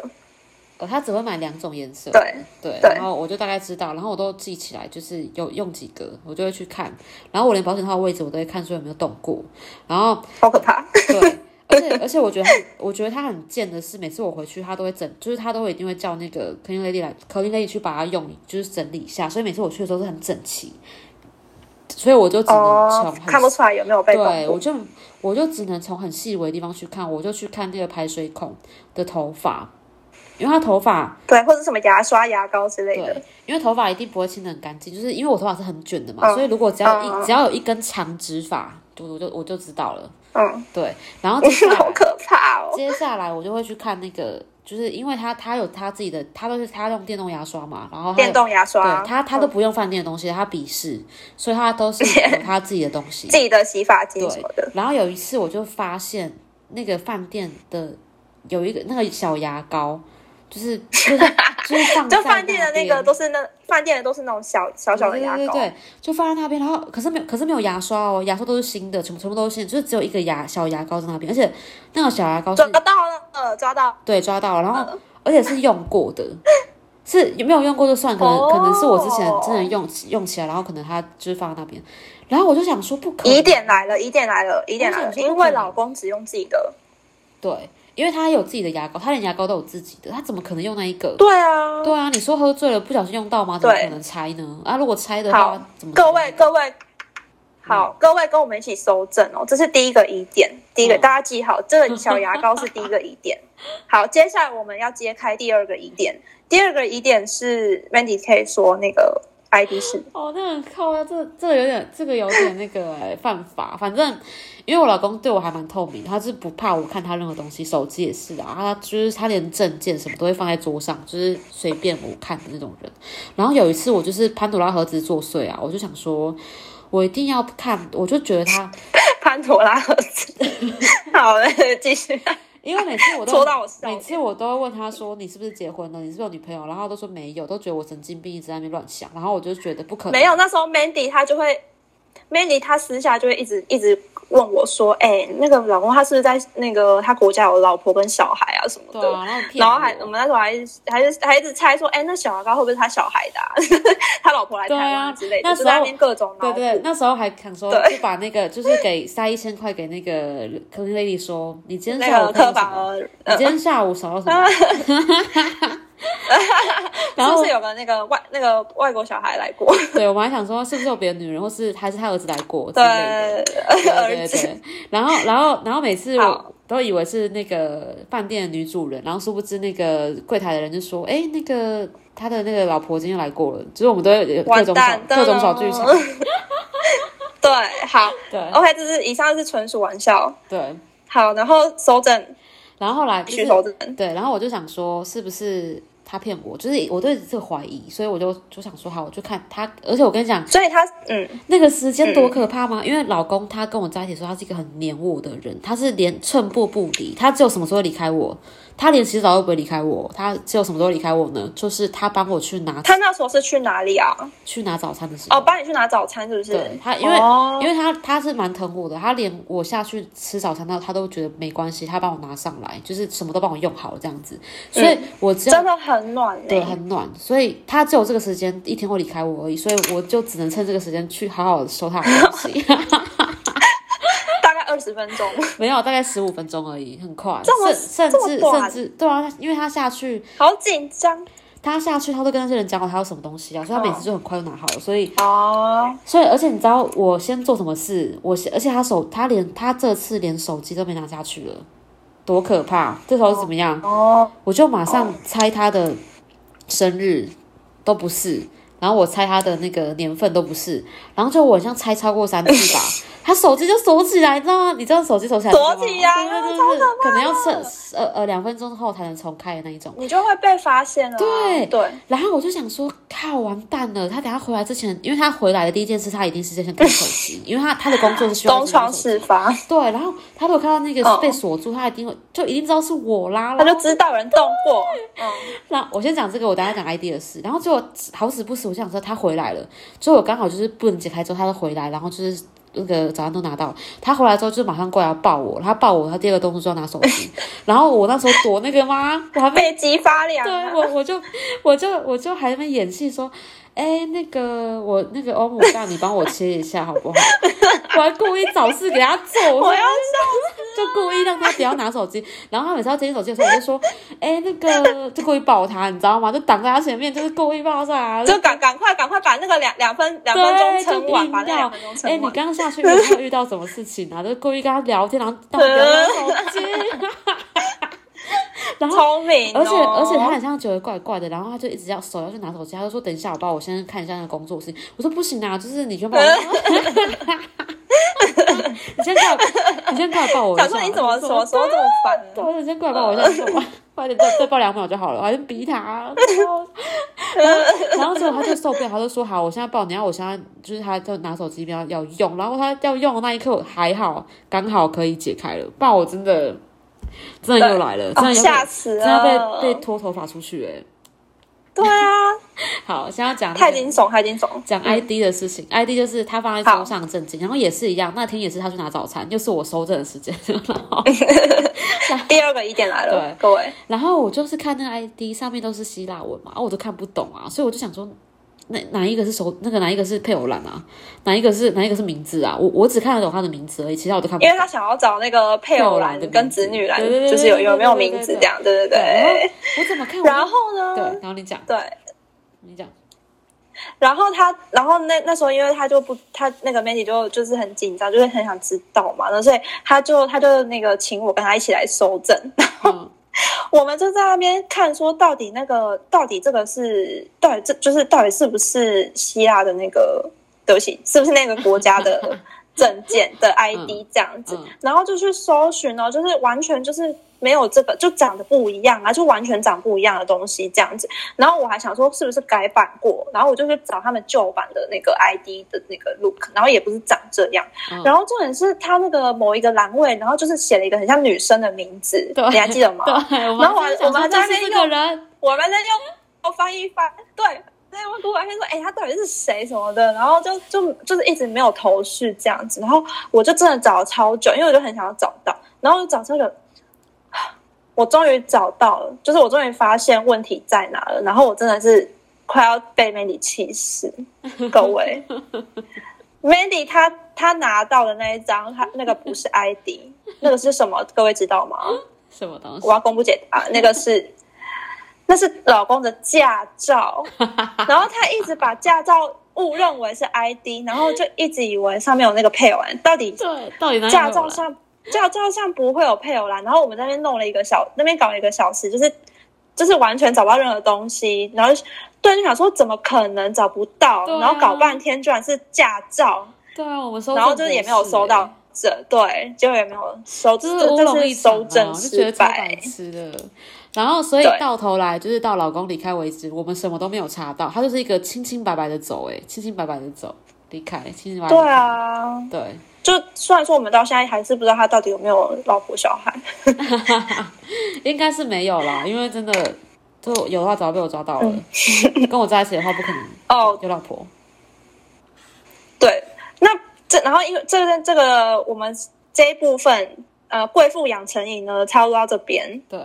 A: 呃，他只会买两种颜色，
B: 对
A: 对，
B: 对
A: 然后我就大概知道，然后我都记起来，就是有用几个，我就会去看。然后我连保险套的位置我都会看，说有没有动过。然后
B: 好可怕。
A: 对，而且而且我觉得他，我觉得他很贱的是，每次我回去，他都会整，就是他都会一定会叫那个 clean lady 来 clean lady 去把它用，就是整理一下。所以每次我去的时候是很整齐，所以我就只能从
B: 哦
A: 很，
B: 看不出来有没有被动
A: 对，
B: 过
A: 我。就我就只能从很细微的地方去看，我就去看那个排水孔的头发，因为他头发
B: 对，或者什么牙刷、牙膏之类的
A: 对。，因为头发一定不会清的很干净，就是因为我头发是很卷的嘛，
B: 嗯
A: 所以如果只要一、
B: 嗯嗯
A: 只要有一根长直发，就我就我就知道了。
B: 嗯，
A: 对，然后接下
B: 好
A: 来
B: 可怕哦！
A: 接下来我就会去看那个，就是因为他他有他自己的，他都是他用电动牙刷嘛，然后他有
B: 电动牙刷，嗯
A: 对他他都不用饭店的东西，他鄙视，所以他都 是有他自己的东西。
B: 自己的洗发精
A: 对
B: 什么的。
A: 然后有一次我就发现那个饭店的有一个那个小牙膏， 就是就是就是放
B: 就
A: 在
B: 饭店的那
A: 边
B: 个都是那饭店的都是那种小小小的牙膏，
A: 对对对对，就放在那边，然后可是没有，可是没有牙刷哦，牙刷都是新的，全部全部都是新的，就是只有一个牙小牙膏在那边，而且那种小牙膏是
B: 抓到了，呃，抓到了，
A: 对抓到了，然
B: 嗯
A: 后而且是用过 的，是没有用过就算，可能、
B: 哦
A: 可能是我之前真的用用起来，然后可能它就是放在那边，然后我就想说不可能
B: 疑点来了，疑点来了，疑点来
A: 我
B: 了，
A: 想说
B: 因为老公只用自己的。
A: 对，因为他有自己的牙膏，他连牙膏都有自己的，他怎么可能用那一个？
B: 对啊，
A: 对啊，你说喝醉了不小心用到吗？怎么
B: 对
A: 可能拆呢？啊，如果拆的话
B: 好，
A: 怎么
B: 各位各位，
A: 嗯
B: 好，各位跟我们一起收证哦，这是第一个疑点，第一个、
A: 嗯
B: 大家记好，这个小牙膏是第一个疑 点。好，接下来我们要揭开第二个疑点，第二个疑点是 Mandy 可以说那个 ID 是
A: 哦，那很靠呀，这这有点，这个有点那个、欸、犯法。反正因为我老公对我还蛮透明，他是不怕我看他任何东西，手机也是啊，他就是他连证件什么都会放在桌上，就是随便我看的那种人。然后有一次我就是潘多拉盒子作祟啊，我就想说，我一定要看，我就觉得他，
B: 潘多拉盒 子。好了，继续。
A: 因为每次我都
B: 戳到我笑
A: 每次我都会问他说你是不是结婚了，你是不是有女朋友，然后他都说没有，都觉得我神经病，一直在那边乱想。然后我就觉得不可能，
B: 没有，那时候 Mandy 她就会，Mandy 她私下就会一直一直问我说：“哎、那个老公他是不是在那个他国家有老婆跟小孩啊什么
A: 对
B: 的？”
A: 啊，然后骗
B: 然后还
A: 我
B: 我们那时候还是还是还一直猜说，哎，那小牙膏会不会是他小孩的、啊？ 他老婆来台
A: 对啊
B: 湾之类的，
A: 那
B: 就
A: 时候
B: 在那边各种
A: 对
B: 脑补。
A: 对，那时候还想说，
B: 对
A: 就把那个就是给塞一千块给那个 clean lady 说，你今天
B: 那
A: 下
B: 个
A: 午看
B: 科
A: 到什
B: 法
A: 么？
B: 儿，
A: 你
B: 呃，
A: 今天下午想到什么？
B: 嗯
A: 然
B: 是
A: 后
B: 不是有个那个外那个外国小孩来过？
A: 对，我们还想说是不是有别的女人，或是还是他儿子来过之
B: 对，
A: 类的。对
B: 儿
A: 对
B: 子
A: 对，然后然后然后每次
B: 好
A: 我都以为是那个饭店的女主人，然后殊不知那个柜台的人就说：“哎，那个他的那个老婆今天来过了。”就是我们都有有各
B: 完
A: 种小
B: 蛋。
A: 各种小剧场，
B: 嗯对，好
A: 对
B: ，OK，这是以上是纯属玩笑。
A: 对。
B: 好，然后收证，
A: 然后后来
B: 继
A: 就
B: 续
A: 是
B: 收证。
A: 对，然后我就想说，是不是他骗我，就是我对这个怀疑，所以我就就想说好，我就看他。而且我跟你讲，
B: 所以他嗯，
A: 那个时间多可怕吗？因为老公他跟我在一起的时候，他是一个很黏我的人，他是连寸步不离，他只有什么时候离开我，他连洗澡都不会离开我，他只有什么时候离开我呢？就是他帮我去拿
B: 他那时候是去哪里啊？
A: 去拿早餐的时候。
B: 哦，帮你去拿早餐是不是？
A: 对他，因为、
B: 哦
A: 因为他他是蛮疼我的，他连我下去吃早餐，他他都觉得没关系，他帮我拿上来，就是什么都帮我用好了这样子，所
B: 嗯
A: 以我只有、
B: 真的很暖
A: 对
B: 欸
A: 很暖，所以他只有这个时间一天会离开我而已，所以我就只能趁这个时间去好好的收他的东 西，
B: 大概二十分钟。
A: 没有大概十五分钟而已，很快，
B: 这么
A: 甚甚
B: 这么
A: 至
B: 短
A: 甚至对啊，因为他下去
B: 好紧张
A: 他下去他都跟那些人讲好他有什么东西啊，所以他
B: 嗯
A: 每次就很快就拿好了，所以
B: 哦！
A: 所以，而且你知道我先做什么事？我先，而且他手，他连他这次连手机都没拿下去了，多可怕！这时候是怎么样？
B: 哦，
A: 我就马上猜他的生日都不是，然后我猜他的那个年份都不是，然后就我好像猜超过三次吧，他手机就锁起来，你知道吗？你知道手机锁起来是吗，
B: 锁起来
A: 对对对对，可能要剩呃呃两分钟后才能重开的那一种。
B: 你就会被发现了啊。
A: 对
B: 对，
A: 然后我就想说，靠，完蛋了！他等下回来之前，因为他回来的第一件事，他一定是先看手机，因为他他的工作是需要
B: 东窗
A: 是
B: 事发，
A: 对，然后他如果看到那个
B: 哦
A: 被锁住，他一定会就一定知道是我啦。
B: 他
A: 然
B: 就
A: 后
B: 知道有人动过。
A: 哦
B: 嗯，
A: 那我先讲这个，我等下讲 ID 的事。然后结果好死不死，我就想说他回来了，所以我刚好就是不能解开之后，他就回来，然后就是那个早餐都拿到了，他回来之后就马上过来要抱我，他抱我，他第二个动作就要拿手机， 然后我那时候躲那个吗？我还 没
B: 背脊嗯发凉
A: 对
B: 啊。
A: 我，我就我就我就还在那边演戏说，哎、那个我那个欧姆蛋，你帮我切一下好不好？ 我还故意找事给他做，我
B: 我
A: 说
B: 要笑
A: 就故意让他不要拿手机。 然后他每次要接手机的时候，我就说， 哎、那个就故意抱他，你知道吗？就挡在他前面，就是故意抱他。啊
B: 死，就赶赶快赶快把那个两两分两分钟
A: 对，就
B: 撑完，把
A: 硬
B: 那
A: 要
B: 两分钟。
A: 哎、
B: 撑
A: 你
B: 完。
A: 刚刚下去遇到遇到什么事情啊？就故意跟他聊天，然后到底要拿手机。 然后
B: 聪明哦，
A: 而且而且他很像觉得怪怪的，然后他就一直要手要去拿手机，他就说等一下，我帮我先看一下那个工作事情。我说不行啊，就是你 先帮我， 你先过来，你先过来抱我一下。
B: 想说你怎么
A: 我就
B: 什么时候这么烦呢？
A: 对，我说你先过来抱我一下，你说哇
B: 呃
A: 快点再再抱两秒就好了，我还是逼他。 然后然后结果他就受不了，他就说好，我现在抱你，然后我现在就是他就拿手机要要用，然后他要用的那一刻我还好，刚好可以解开了，不然我真的真的又来了，真的
B: 哦
A: 又
B: 吓死
A: 真的
B: 了！
A: 被被拖头发出去哎、
B: 对啊，
A: 好，现在讲那
B: 太嗯
A: 个
B: 惊悚，太惊悚。
A: 讲 ID 的事情、i d 就是他放在桌上的证件，然后也是一样，那天也是他去拿早餐，又是我收证的时间，然后
B: 第二个疑点来了
A: 对，
B: 各位，
A: 然后我就是看那个 ID 上面都是希腊文嘛，啊，我都看不懂啊，所以我就想说。哪哪一个是手那个哪一个是配偶栏啊？哪一个是哪一个是名字啊？我我只看得懂他的名字而已，其他我都看不
B: 因
A: 懂。
B: 为他想要找那个配偶栏跟子女栏，就是有有没有名字这样，对对对。
A: 我怎么看我都？
B: 然后
A: 对，
B: 呢？
A: 然后你讲，
B: 对，
A: 你讲，
B: 然后他，然后那那时候，因为他就不，他那个 Mandy 就就是很紧张，就是很想知道嘛，那所以他就他就那个请我跟他一起来收证，哦
A: 嗯，
B: 我们就在那边看，说到底那个到底这个是到底这就是到底是不是希腊的那个，对不起，是不是那个国家 的证件的 ID 这样子，
A: 嗯嗯
B: 然后就去搜寻哦，就是完全就是没有这个，就长得不一样啊，就完全长不一样的东西这样子。然后我还想说是不是改版过，然后我就去找他们旧版的那个 ID 的那个 look，然后也不是长这样。
A: 嗯
B: 然后重点是他那个某一个栏位，然后就是写了一个很像女生的名字，
A: 对
B: 你还记得吗？
A: 对，我
B: 然后我
A: 还在
B: 我
A: 想说
B: 们还在那
A: 就是
B: 边
A: 这个人，
B: 我们在用翻译翻，对，所以我突然间说，哎、他到底是谁什么的，然后就就就是一直没有头绪这样子，然后我就真的找了超久，因为我就很想要找到，然后我就找超久，我终于找到了，就是我终于发现问题在哪了，然后我真的是快要被 Mandy 气死，各位，Mandy 他他拿到的那一张，他那个不是 ID，那个是什么？各位知道吗？
A: 什么东西
B: 我？要公布解答，那个是那是老公的驾 照，然后他一直把驾照误认为是 ID，然后就一直以为上面有那个配偶栏，到底
A: 对，到底哪里
B: 驾
A: 有
B: 照
A: 啦
B: 上驾照上不会有配偶栏，然后我们在那边弄了一个小，那边搞了一个小时，就是就是完全找不到任何东西，然后就对就想说怎么可能找不到，
A: 对啊
B: 然后搞半天居然是驾照，
A: 对啊，我们收，
B: 然后就是也没有收到，。这对，结果也没有收，
A: 欸就是乌
B: 这
A: 龙
B: 是
A: 一场
B: 收
A: 啊，
B: 证
A: 我就觉
B: 失
A: 得超
B: 败
A: 白。痴的。然后所以
B: 对
A: 到头来就是到老公离开为止，我们什么都没有查到，他就是一个清清白白的走、哎，清清白白的走离开，清清白白
B: 对
A: 地走。
B: 啊，
A: 对，
B: 就虽然说我们到现在还是不知道他到底有没有老婆小孩，
A: 应该是没有啦，因为真的，就有的话早就被我抓到了。
B: 嗯
A: 跟我在一起的话，不可能
B: 哦
A: 有老婆。
B: 对，那这然后因为这个这个我们这一部分呃贵妇养成营呢，差不多到这边，
A: 对，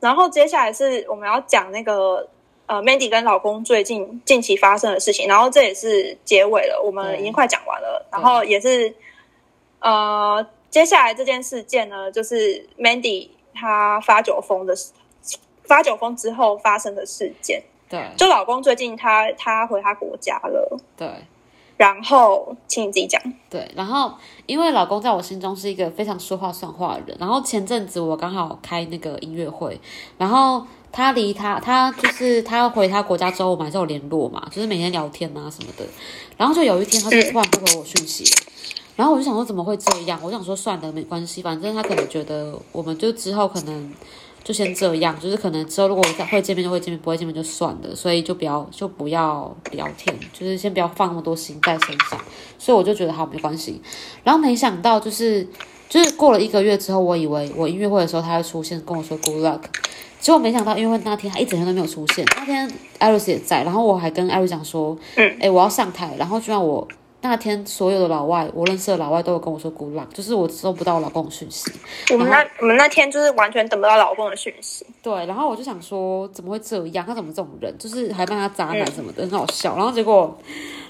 B: 然后接下来是我们要讲那个呃 Mandy 跟老公最近近期发生的事情，然后这也是结尾了，我们
A: 对
B: 已经快讲完了，然后也是呃接下来这件事件呢，就是 Mandy 她发酒疯的事发酒疯之后发生的事件，
A: 对，
B: 就老公最近他他回他国家了，
A: 对，
B: 然后请你自己讲。
A: 对。然后，因为老公在我心中是一个非常说话算话的人。然后前阵子我刚好开那个音乐会，然后他离他他就是他回他国家之后，我们还是有联络嘛，就是每天聊天啊什么的。然后就有一天，他就突然不回我讯息了。然后我就想说怎么会这样？我想说算了，没关系，反正他可能觉得我们就之后可能就先这样，就是可能之后如果我再会见面就会见面，不会见面就算了，所以就不要就不要聊天，就是先不要放那么多心在身上。所以我就觉得好没关系。然后没想到就是就是过了一个月之后，我以为我音乐会的时候他会出现跟我说 good luck，结果没想到，因为那天他一整天都没有出现。那天艾瑞斯也在，然后我还跟艾瑞讲说，
B: 嗯
A: 哎、我要上台。然后居然我那天所有的老外，我认识的老外都有跟我说 good luck，就是我收不到我老公的讯息。
B: 我们
A: 哦
B: 那我们那天就是完全等不到老公的讯息，
A: 对，然后我就想说，怎么会这样？他怎么这种人？就是还帮他渣
B: 嗯
A: 男什么的，很好笑。然后结果，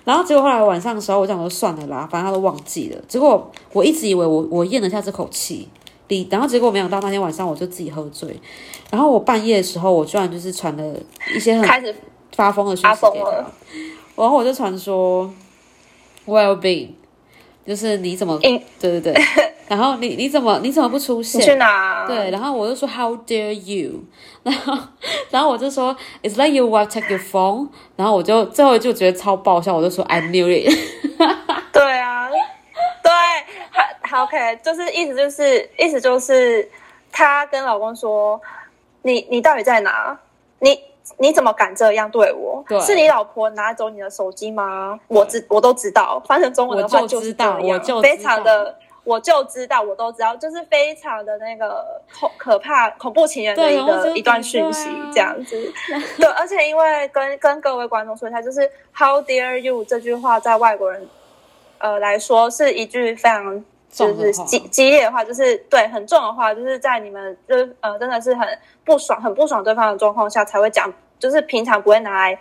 A: 然后结果后来晚上的时候，我想说算了啦，反正他都忘记了。结果我一直以为我我咽了下这口气，你，然后结果没想到那天晚上我就自己喝醉，然后我半夜的时候，我居然就是传了一些很
B: 开始
A: 发疯的讯
B: 发
A: 息
B: 疯
A: 给他
B: 了，
A: 然后我就传说我有病，就是你怎么
B: 嗯
A: 对对对，然后你你怎么你怎么不出
B: 你去
A: 现？
B: 哪？
A: 对，然后我就说 How dare you？然 后，然后我就说 It's like your wife took your phone。然后我就最后一句我觉得超爆笑，我就说 I knew it。
B: 对啊，对，还还 OK，就是意思就是意思就是她跟老公说，你你到底在哪？你你怎么敢这样对我？
A: 对
B: 是你老婆拿走你的手机吗？我知我都知道，翻成中文的话
A: 我就是知
B: 这
A: 道
B: 样，
A: 我就知道
B: 非常的。我就知道，我都知道，就是非常的那个恐可怕、恐怖情人的
A: 对
B: 一
A: 然后就
B: 个一段讯息
A: 对啊，
B: 这样子。对，而且因为跟跟各位观众说一下，就是 “How dare you” 这句话在外国人呃来说是一句非常就
A: 重的
B: 是
A: 话
B: 激激烈的话，就是对很重的话，就是在你们就是呃真的是很不爽、很不爽对方的状况下才会讲，就是平常不会拿来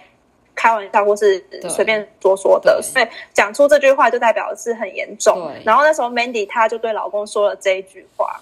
B: 开玩笑或是随便说说
A: 对
B: 的，所以讲出这句话就代表是很严重
A: 对。
B: 然后那时候 Mandy 她就对老公说了这一句话，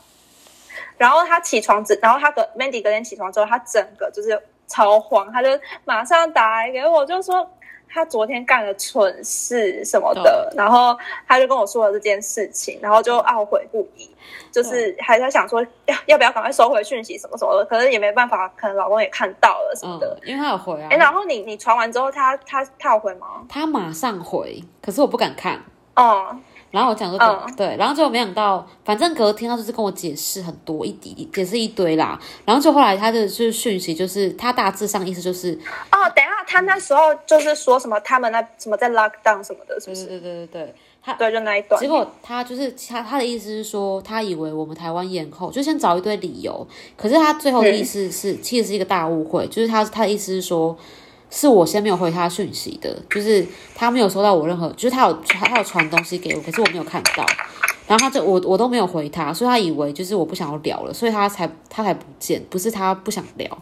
B: 然后她起床之，然后她隔 Mandy 隔天起床之后，她整个就是超慌，她就马上打来给我，就说她昨天干了蠢事什么的，然后她就跟我说了这件事情，然后就懊悔不已，就是还在想说要要不要赶快收回讯息什么什么的，可是也没办法，可能老公也看到了什么
A: 嗯
B: 的。，
A: 因为他有回啊
B: 哎、，然后你你传完之后，他他他有回吗？
A: 他马上回，可是我不敢看。
B: 哦，
A: 然后我讲说，
B: 嗯
A: 对，然后就没想到，反正隔天他就是跟我解释很多一底，解释一堆啦。然后就后来他的就是讯息，就是他大致上意思就是，
B: 哦，等一下，他那时候就是说什么他们那什么在 lockdown 什么的，是
A: 对
B: 不是？
A: 对对对对对，他
B: 对，就那一段
A: 嗯结。果他就是他他的意思是说，他以为我们台湾延后，就先找一堆理由。可是他最后的意思是，其实是一个大误会，就是他他的意思是说，是我先没有回他讯息的，就是他没有收到我任何，就是他有他他有传东西给我，可是我没有看到。然后他就我我都没有回他，所以他以为就是我不想要聊了，所以他才他才不见，不是他不想聊。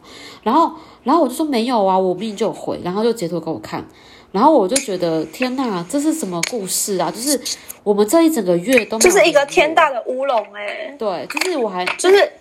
A: 然后然后我就说没有啊，我明明就有回，然后就截图给我看。然后我就觉得天呐，这是什么故事啊？就是我们这一整个月都没
B: 就
A: 有
B: 是一个
A: 联络
B: 天大的乌龙哎、
A: 对，就是我还
B: 就是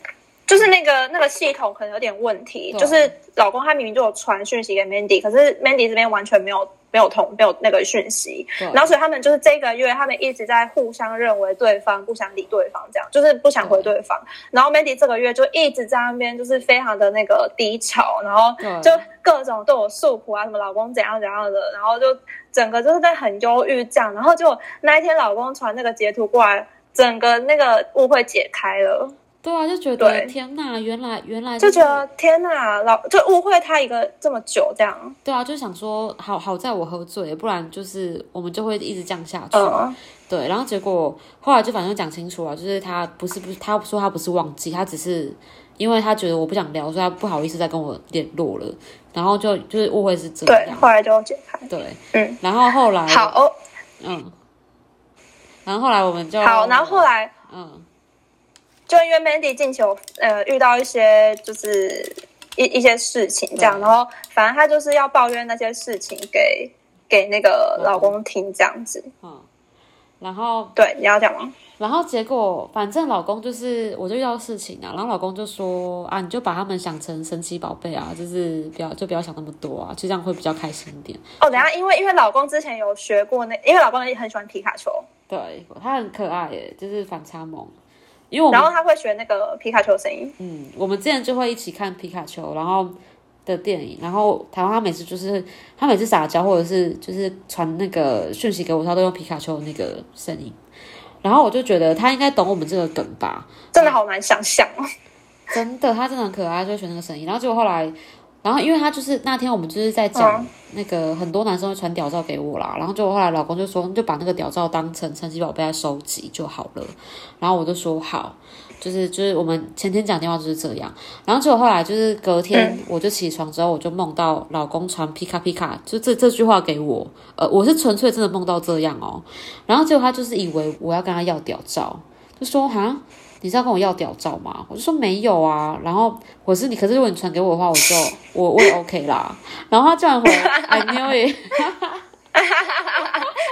B: 就是那个那个系统可能有点问题，
A: 对
B: 就是老公他明明就有传讯息给 Mandy，可是 Mandy 这边完全没有没有同没有那个讯息，
A: 对
B: 然后所以他们就是这个月他们一直在互相认为对方不想理对方，这样就是不想回对方，然后 Mandy 这个月就一直在那边就是非常的那个低潮，然后
A: 对
B: 就各种对我诉苦啊，什么老公怎样怎样的，然后就整个就是在很忧郁这样，然后就那一天老公传那个截图过来，整个那个误会解开了。
A: 对啊，就觉得
B: 对
A: 天呐，原来原来
B: 就觉
A: 是
B: 得天哪，老就误会他一个这么久这样，
A: 对啊，就想说好好在我喝醉，不然就是我们就会一直这样下去。
B: 嗯，
A: 对，然后结果后来就反正讲清楚了，就是他不是不是，他说他不是忘记，他只是因为他觉得我不想聊，所以他不好意思再跟我联络了，然后就就是误会是这
B: 对，
A: 样，
B: 后来就解开，
A: 对，
B: 嗯，
A: 然后后来
B: 好哦，
A: 嗯，然后后来我们就
B: 好，然后后来
A: 嗯，
B: 就因为 Mandy 进球，呃，遇到一些就是一一些事情这样，
A: 对
B: 然后反正她就是要抱怨那些事情给给那个老公听这样子。
A: 嗯，然后
B: 对，你要讲吗？
A: 然后结果反正老公就是我就遇到事情啊，然后老公就说啊，你就把他们想成神奇宝贝啊，就是不要就不要想那么多啊，就这样会比较开心一点。
B: 哦，等一下，因为因为老公之前有学过那，因为老公也很喜欢皮卡丘，
A: 对，他很可爱耶，就是反差萌。因为我
B: 然
A: 们
B: 后他会学那个皮卡丘声音。
A: 嗯，我们之前就会一起看皮卡丘，然后的电影，然后台湾他每次就是他每次撒娇或者是就是传那个讯息给我，他都用皮卡丘的那个声音，然后我就觉得他应该懂我们这个梗吧，
B: 真的好难想象哦，
A: 真的，他真的很可爱，就会选那个声音。然后结果后来，然后因为他就是那天我们就是在讲那个很多男生会传屌照给我啦，然后结果后来老公就说，你就把那个屌照当成神奇宝贝来收集就好了。然后我就说好，就是就是我们前天讲电话就是这样。然后结果后来就是隔天我就起床之后，我就梦到老公传皮卡皮卡，就这这句话给我，呃，我是纯粹真的梦到这样哦。然后结果他就是以为我要跟他要屌照，就说哈。你是要跟我要屌照吗？我就说没有啊，然后我是你，可是如果你传给我的话，我就我我也 OK 啦。然后他居然 回哎 I knew it，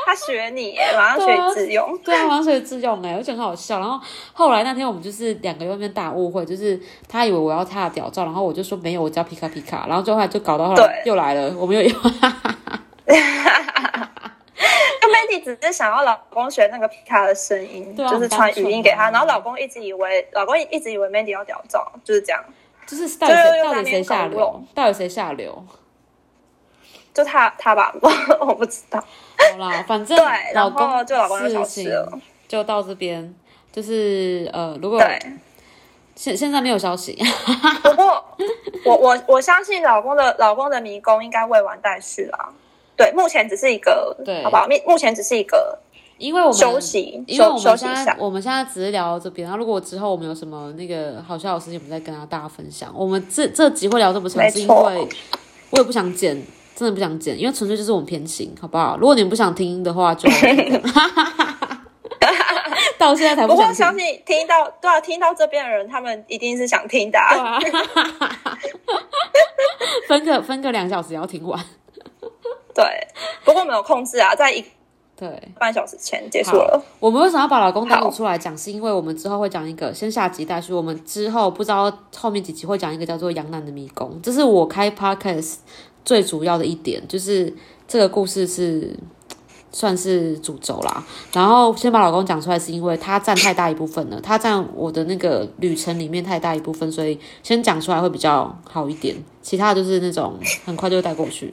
B: 他学你耶，马上学以致用。
A: 对啊，玩水自用哎、我觉得很好笑。然后后来那天我们就是两个人在那边大误会，就是他以为我要他的屌照，然后我就说没有，我只要皮卡皮卡。然后就后来就搞到后来又来了，我们又 又
B: 那 Mandy 只是想要老公学那个皮卡的声音，
A: 对啊
B: 就是传语音给他，
A: 很单纯啊
B: 然后老公一直以为老公一直以为 Mandy 要屌照，就是这样，
A: 就是到底谁
B: 对
A: 到
B: 又在那
A: 底谁
B: 边
A: 下
B: 搞我
A: 流，到底谁下流？
B: 就他他吧， 我我不知道。
A: 好 啦，反正
B: 对，然
A: 公
B: 后就老公就消
A: 事
B: 失
A: 情
B: 了。
A: 就到这边，就是呃，如果
B: 对，
A: 现现在没有消息，
B: 不过我我我相信老公的老公的迷宫应该未完待续啦。对，目前只是一个，
A: 对
B: 好不好？目目前只是一个
A: 因为我们
B: 休息，
A: 因为我
B: 休休
A: 们
B: 息
A: 现
B: 一
A: 在
B: 下。
A: 我们现在只是聊到这边，然后如果之后我们有什么那个好笑的事情，我们再跟大家分享。我们这这集会聊这么长，
B: 没
A: 是因
B: 错
A: 为我也不想剪，真的不想剪，因为纯粹就是我们偏心，好不好？如果你们不想听的话 就，到现在才
B: 不过
A: 想
B: 我相
A: 听。
B: 信听到对啊，听到这边的人，他们一定是想听的、
A: 对
B: 啊。
A: 啊， 分个分个两小时要听完，
B: 对，不过我们有控制啊，在一个
A: 对。
B: 半小时前结束了。
A: 我们为什么要把老公单独
B: 好
A: 出来讲？是因为我们之后会讲一个，先下集待续。我们之后不知道后面几集会讲一个叫做《杨楠的迷宫》，这是我开 podcast 最主要的一点，就是这个故事是算是主轴啦。然后先把老公讲出来，是因为他占太大一部分了，他占我的那个旅程里面太大一部分，所以先讲出来会比较好一点。其他的就是那种很快就会带过去，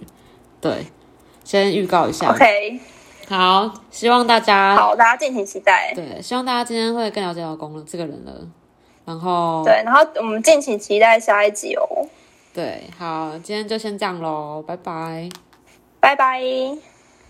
A: 对。先预告一下
B: OK，
A: 好，希望大家
B: 好，大家敬请期待。
A: 对，希望大家今天会更了解老公了这个人了。然后
B: 对，然后我们敬请期待下一集哦。
A: 对，好，今天就先这样喽，拜拜。
B: 拜拜。